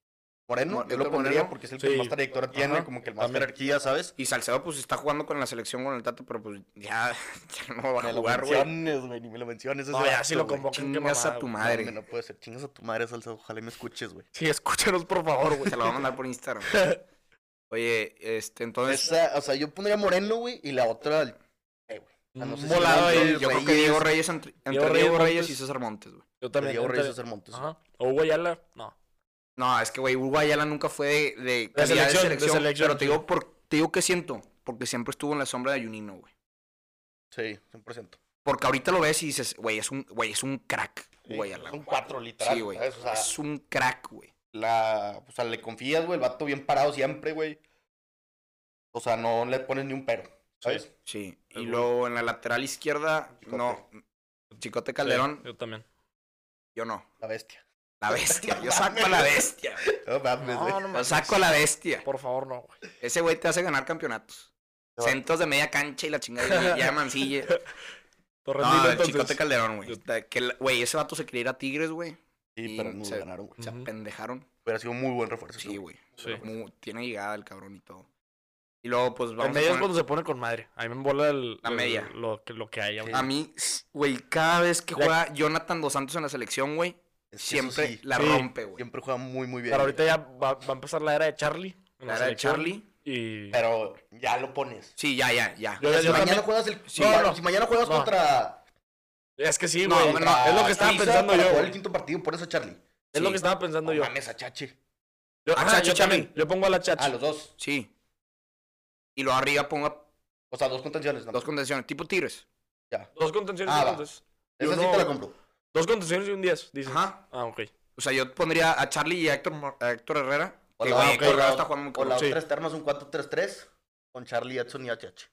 Speaker 3: Moreno,
Speaker 1: Mo-
Speaker 3: yo lo
Speaker 1: Héctor
Speaker 3: pondría
Speaker 1: Moreno.
Speaker 3: porque es el
Speaker 2: Sí.
Speaker 3: que más trayectoria tiene,
Speaker 1: Ajá.
Speaker 3: como que el más
Speaker 2: También.
Speaker 3: jerarquía, ¿sabes?
Speaker 1: Y Salcedo, pues está jugando con la selección con el Tata, pero pues ya, *laughs* ya no va
Speaker 3: Ni
Speaker 1: a
Speaker 3: lo
Speaker 1: jugar, güey.
Speaker 3: menciones, güey, ni me lo menciones.
Speaker 2: No,
Speaker 3: ese
Speaker 2: ya
Speaker 3: vato,
Speaker 2: si lo
Speaker 3: güey.
Speaker 2: convocan, qué
Speaker 1: Chingas
Speaker 2: mamada,
Speaker 1: a tu
Speaker 2: güey.
Speaker 1: madre.
Speaker 3: No, no puede ser. Chingas a tu madre, Salcedo. Ojalá y me escuches, güey.
Speaker 2: Sí, escúchanos, por favor, güey.
Speaker 1: Te la voy a mandar por Instagram. Oye, este,
Speaker 2: Pues,
Speaker 1: entonces.
Speaker 3: Esa- o sea, yo pondría Moreno, güey, y la otra. el- eh, güey. Ah, no sé
Speaker 2: *laughs* Un
Speaker 3: si
Speaker 2: volado
Speaker 3: Montes,
Speaker 2: ahí.
Speaker 1: yo creo que
Speaker 3: Reyes.
Speaker 1: Diego Reyes entre, entre
Speaker 2: Diego
Speaker 1: Diego,
Speaker 2: Reyes,
Speaker 1: Reyes
Speaker 2: Montes.
Speaker 1: y César Montes, güey.
Speaker 2: Yo también.
Speaker 3: Diego
Speaker 2: entre-
Speaker 3: Reyes César
Speaker 1: pues,
Speaker 3: Montes.
Speaker 2: Ajá. O Hugo Ayala, no.
Speaker 1: No, es que, güey, Hugo Ayala nunca fue de, de calidad de
Speaker 2: selección, de
Speaker 1: selección,
Speaker 2: selección,
Speaker 1: Pero te
Speaker 2: sí.
Speaker 1: digo, por, te digo que siento, porque siempre estuvo en la sombra de Ayunino, güey.
Speaker 3: Sí, 100%.
Speaker 1: Porque ahorita lo ves y dices, güey, es un, güey, es un crack,
Speaker 3: Sí,
Speaker 1: Hugo Ayala.
Speaker 3: Son
Speaker 1: güey.
Speaker 3: cuatro, literal.
Speaker 1: Sí, güey.
Speaker 3: ¿sabes? O sea,
Speaker 1: es un crack, güey.
Speaker 3: la, o sea, le confías, güey, el vato bien parado siempre, güey. O sea, no le pones ni un pero, ¿sabes?
Speaker 1: Sí.
Speaker 2: El
Speaker 1: Y
Speaker 2: güey.
Speaker 1: luego en la lateral izquierda,
Speaker 3: Chicote.
Speaker 1: no. Chicote Calderón,
Speaker 2: Sí, yo también.
Speaker 1: yo no.
Speaker 3: La bestia.
Speaker 1: La bestia. Yo saco a la bestia. güey.
Speaker 3: No mames, güey.
Speaker 2: No, no
Speaker 1: Yo
Speaker 2: mames.
Speaker 1: saco a la bestia.
Speaker 2: Por favor, no, güey.
Speaker 1: Ese güey te hace ganar campeonatos.
Speaker 3: No.
Speaker 1: Centros de media cancha y la chingada. y ya mancille.
Speaker 2: Torres
Speaker 1: No,
Speaker 2: Nilo,
Speaker 1: el Chicote
Speaker 2: entonces.
Speaker 1: Calderón, güey.
Speaker 2: Yo-
Speaker 1: De que la- Güey, ese vato se quería ir a Tigres, güey.
Speaker 3: Sí,
Speaker 1: Y
Speaker 3: pero no
Speaker 1: se-
Speaker 3: ganaron, güey.
Speaker 1: Se
Speaker 2: Ujú.
Speaker 1: apendejaron.
Speaker 3: Hubiera sido un muy buen refuerzo.
Speaker 1: Sí, güey.
Speaker 2: Sí.
Speaker 1: Mu- Tiene llegada el cabrón y todo. Y luego, pues
Speaker 2: La
Speaker 1: vamos a
Speaker 2: media es
Speaker 1: poner-
Speaker 2: cuando se pone con madre. A mí me embola el,
Speaker 1: La
Speaker 2: el-
Speaker 1: media.
Speaker 2: Lo, que, lo que hay. güey.
Speaker 1: A mí, güey, cada vez que
Speaker 2: Le-
Speaker 1: juega Jonathan Dos Santos en la selección, güey,
Speaker 3: Es que eso
Speaker 1: siempre
Speaker 3: sí,
Speaker 1: la
Speaker 2: Sí.
Speaker 1: rompe, güey.
Speaker 3: Siempre juega muy, muy bien.
Speaker 2: Pero
Speaker 3: güey.
Speaker 2: ahorita ya va, va a empezar la era de Charlie. en
Speaker 1: La era de
Speaker 2: selección.
Speaker 1: Charlie.
Speaker 2: Y.
Speaker 3: Pero ya lo pones.
Speaker 1: Sí, ya, ya, ya.
Speaker 2: Yo- yo
Speaker 3: si,
Speaker 2: también-
Speaker 3: mañana juegas el...
Speaker 2: Sí,
Speaker 3: no,
Speaker 2: no,
Speaker 3: si mañana juegas
Speaker 2: no.
Speaker 3: contra...
Speaker 2: Es que sí,
Speaker 1: No,
Speaker 2: güey.
Speaker 1: bueno,
Speaker 3: contra
Speaker 2: es lo que estaba
Speaker 3: Suiza
Speaker 2: pensando
Speaker 3: para
Speaker 2: yo.
Speaker 3: jugar el
Speaker 2: güey.
Speaker 3: quinto partido, por eso Charlie.
Speaker 2: Es lo
Speaker 1: Sí.
Speaker 2: que estaba pensando
Speaker 3: No
Speaker 2: yo.
Speaker 3: mames a Chache.
Speaker 2: Yo,
Speaker 1: A
Speaker 2: ajá,
Speaker 1: Chacho
Speaker 2: yo también.
Speaker 1: también.
Speaker 2: Yo pongo a la chacha.
Speaker 3: Ah, los dos.
Speaker 1: Sí. Y luego arriba pongo
Speaker 3: O sea, dos contenciones. ¿no?
Speaker 1: dos contenciones, tipo Tigres.
Speaker 3: Ya.
Speaker 2: Dos contenciones
Speaker 3: Ah, va.
Speaker 2: entonces.
Speaker 3: Esa
Speaker 2: Yo
Speaker 3: sí
Speaker 2: no-
Speaker 3: te la compro.
Speaker 2: Dos contenciones y un 10, dices.
Speaker 1: Ajá.
Speaker 2: Ah, ok.
Speaker 1: O sea, yo pondría a Charlie y a Héctor, Mor- a Héctor Herrera.
Speaker 3: O
Speaker 1: Que,
Speaker 3: la,
Speaker 1: güey,
Speaker 3: o
Speaker 1: Héctor
Speaker 3: la-
Speaker 1: Herrera está jugando muy
Speaker 3: o la
Speaker 1: cabrón.
Speaker 2: Sí.
Speaker 3: otra externa es un 4-3-3 con Charlie Edson y HH.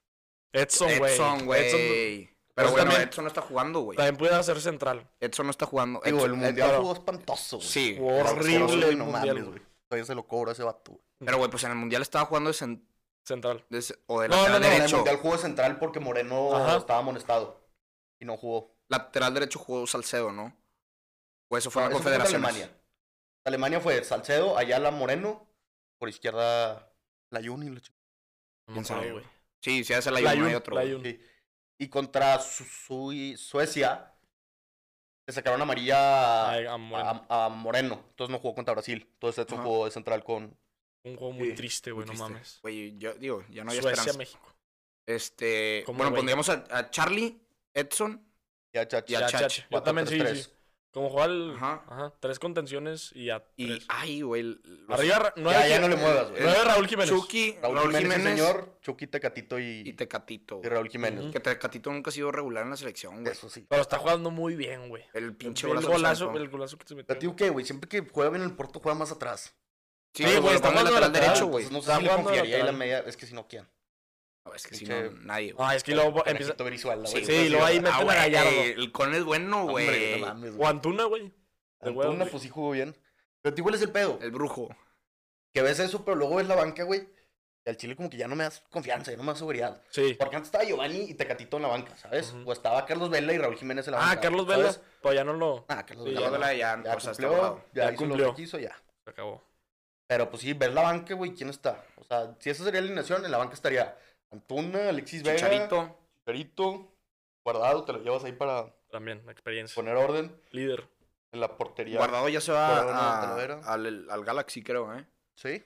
Speaker 2: Edson, güey.
Speaker 1: Edson, güey.
Speaker 2: Pues
Speaker 1: Pero bueno,
Speaker 2: también-
Speaker 1: Edson no está jugando, güey.
Speaker 2: También puede ser central.
Speaker 1: Edson no está jugando.
Speaker 3: Digo, el
Speaker 1: Edson-
Speaker 3: mundial
Speaker 2: pero-
Speaker 3: jugó espantoso. güey.
Speaker 1: Sí.
Speaker 2: Jugó eh, horrible
Speaker 3: Asqueroso,
Speaker 2: el
Speaker 3: no
Speaker 2: mundial,
Speaker 3: mames,
Speaker 2: güey.
Speaker 3: güey. Todavía se lo cobra ese vato. güey.
Speaker 1: Pero, güey, pues en el mundial estaba jugando de cen-
Speaker 2: Central.
Speaker 1: de ce- o de
Speaker 2: No,
Speaker 1: lateral
Speaker 2: no, no,
Speaker 3: En el
Speaker 1: derecho.
Speaker 3: mundial jugó central porque Moreno
Speaker 2: Ajá.
Speaker 3: estaba amonestado. Y no jugó.
Speaker 1: Lateral derecho jugó Salcedo, ¿no? O eso fue
Speaker 3: No,
Speaker 1: en la
Speaker 3: eso fue contra
Speaker 1: Confederación.
Speaker 3: Alemania. Alemania fue Salcedo, Ayala, Moreno. Por izquierda, la Juni. la chi-
Speaker 2: No
Speaker 1: ¿Quién
Speaker 2: me acuerdo,
Speaker 1: sabe,
Speaker 2: güey.
Speaker 1: Sí, sí, hace la
Speaker 2: Layun,
Speaker 1: Yuma y otro. güey.
Speaker 2: Layun.
Speaker 3: sí. Y contra Su- Su- Suecia, le sacaron amarilla a,
Speaker 2: Ay, ah, bueno,
Speaker 3: a Moreno. Entonces no jugó contra Brasil. Entonces Edson
Speaker 1: Ajá.
Speaker 3: jugó de central con,
Speaker 2: Un juego muy
Speaker 1: Sí,
Speaker 2: triste, güey, no
Speaker 1: Triste.
Speaker 2: mames.
Speaker 1: Güey, yo digo, ya no hay
Speaker 2: Suecia,
Speaker 1: esperanza.
Speaker 2: México.
Speaker 1: Este,
Speaker 2: ¿Cómo,
Speaker 1: bueno,
Speaker 2: güey?
Speaker 1: pondríamos a, a Charlie, Edson.
Speaker 3: y HH.
Speaker 1: Y a
Speaker 2: Ya,
Speaker 1: Chache.
Speaker 2: Chache. Yo también sí, sí. Como jugar al.
Speaker 1: Ajá.
Speaker 2: Ajá. Tres contenciones y a.
Speaker 1: Y,
Speaker 2: tres.
Speaker 1: ay, güey. los-
Speaker 2: Arriba, Ra-
Speaker 3: Ya,
Speaker 2: nueve,
Speaker 3: ya
Speaker 2: Ji-
Speaker 3: no le muevas, güey.
Speaker 2: nueve Raúl Jiménez.
Speaker 1: Chucky,
Speaker 3: Raúl, Jiménez, el señor, Chuquita, Catito y,
Speaker 1: y Tecatito.
Speaker 3: y
Speaker 1: güey.
Speaker 3: Raúl Jiménez.
Speaker 2: Ujú.
Speaker 1: Que Tecatito nunca ha sido regular en la selección, güey.
Speaker 3: Eso sí.
Speaker 2: Pero está jugando muy bien, güey.
Speaker 1: El
Speaker 2: El
Speaker 1: pinche golazo. que se
Speaker 2: golazo,
Speaker 1: aventó.
Speaker 2: el golazo que se metió.
Speaker 3: Pero digo que, güey, siempre que juega bien el Porto, juega más atrás.
Speaker 1: Sí,
Speaker 2: Sí,
Speaker 1: güey,
Speaker 2: güey,
Speaker 1: lo
Speaker 2: está
Speaker 1: pongo en
Speaker 2: jugando
Speaker 1: lateral
Speaker 2: lateral,
Speaker 1: derecho,
Speaker 3: Entonces,
Speaker 1: güey.
Speaker 3: Pues No sé
Speaker 2: Está
Speaker 3: si le
Speaker 2: jugando
Speaker 3: confiaría ahí la
Speaker 2: lateral.
Speaker 3: media. Es que si no, ¿quién?
Speaker 1: No, es que si
Speaker 3: Pinche-
Speaker 1: no, nadie, güey.
Speaker 2: Ah, es que luego empieza.
Speaker 3: Conejito Brizuela, güey.
Speaker 2: Sí, luego ahí meten
Speaker 1: Ah,
Speaker 2: a
Speaker 1: güey,
Speaker 2: Gallardo.
Speaker 1: el con es bueno,
Speaker 3: Hombre,
Speaker 1: güey.
Speaker 3: no mames,
Speaker 2: O
Speaker 3: güey.
Speaker 2: Antuna, güey. de huevos,
Speaker 3: Antuna,
Speaker 2: güey.
Speaker 3: pues sí jugó bien. Pero te igual es el pedo.
Speaker 1: El brujo.
Speaker 3: Que ves eso, pero luego ves la banca, güey. Y al Chile como que ya no me das confianza, ya no me das seguridad.
Speaker 2: Sí.
Speaker 3: Porque antes estaba Giovanni y Tecatito en la banca, ¿sabes?
Speaker 2: Ujú.
Speaker 3: O estaba Carlos Vela y Raúl Jiménez en la banca.
Speaker 2: Ah, Carlos
Speaker 3: ¿sabes?
Speaker 2: Vela. Pero ya no lo.
Speaker 3: Ah, Carlos
Speaker 2: Sí,
Speaker 3: Vela.
Speaker 1: Carlos
Speaker 3: no.
Speaker 1: Vela ya,
Speaker 3: ya
Speaker 1: o sea, está
Speaker 3: cumplió,
Speaker 1: borrado.
Speaker 3: ya,
Speaker 2: Ya
Speaker 3: hizo lo
Speaker 2: cumplió.
Speaker 3: que quiso, ya.
Speaker 2: Se acabó.
Speaker 3: Pero pues sí, ver la banca, güey, ¿quién está? O sea, si esa sería la alineación, en la banca estaría Antuna, Alexis Vega,
Speaker 1: Chicharito.
Speaker 3: Chicharito, Guardado, te lo llevas ahí para
Speaker 2: También, la experiencia.
Speaker 3: poner orden
Speaker 2: Líder.
Speaker 3: en la portería.
Speaker 1: Guardado ya se va
Speaker 3: Guardado,
Speaker 1: a-
Speaker 3: Talavera.
Speaker 1: al, al Galaxy, creo, ¿eh?
Speaker 3: Sí.
Speaker 1: Di-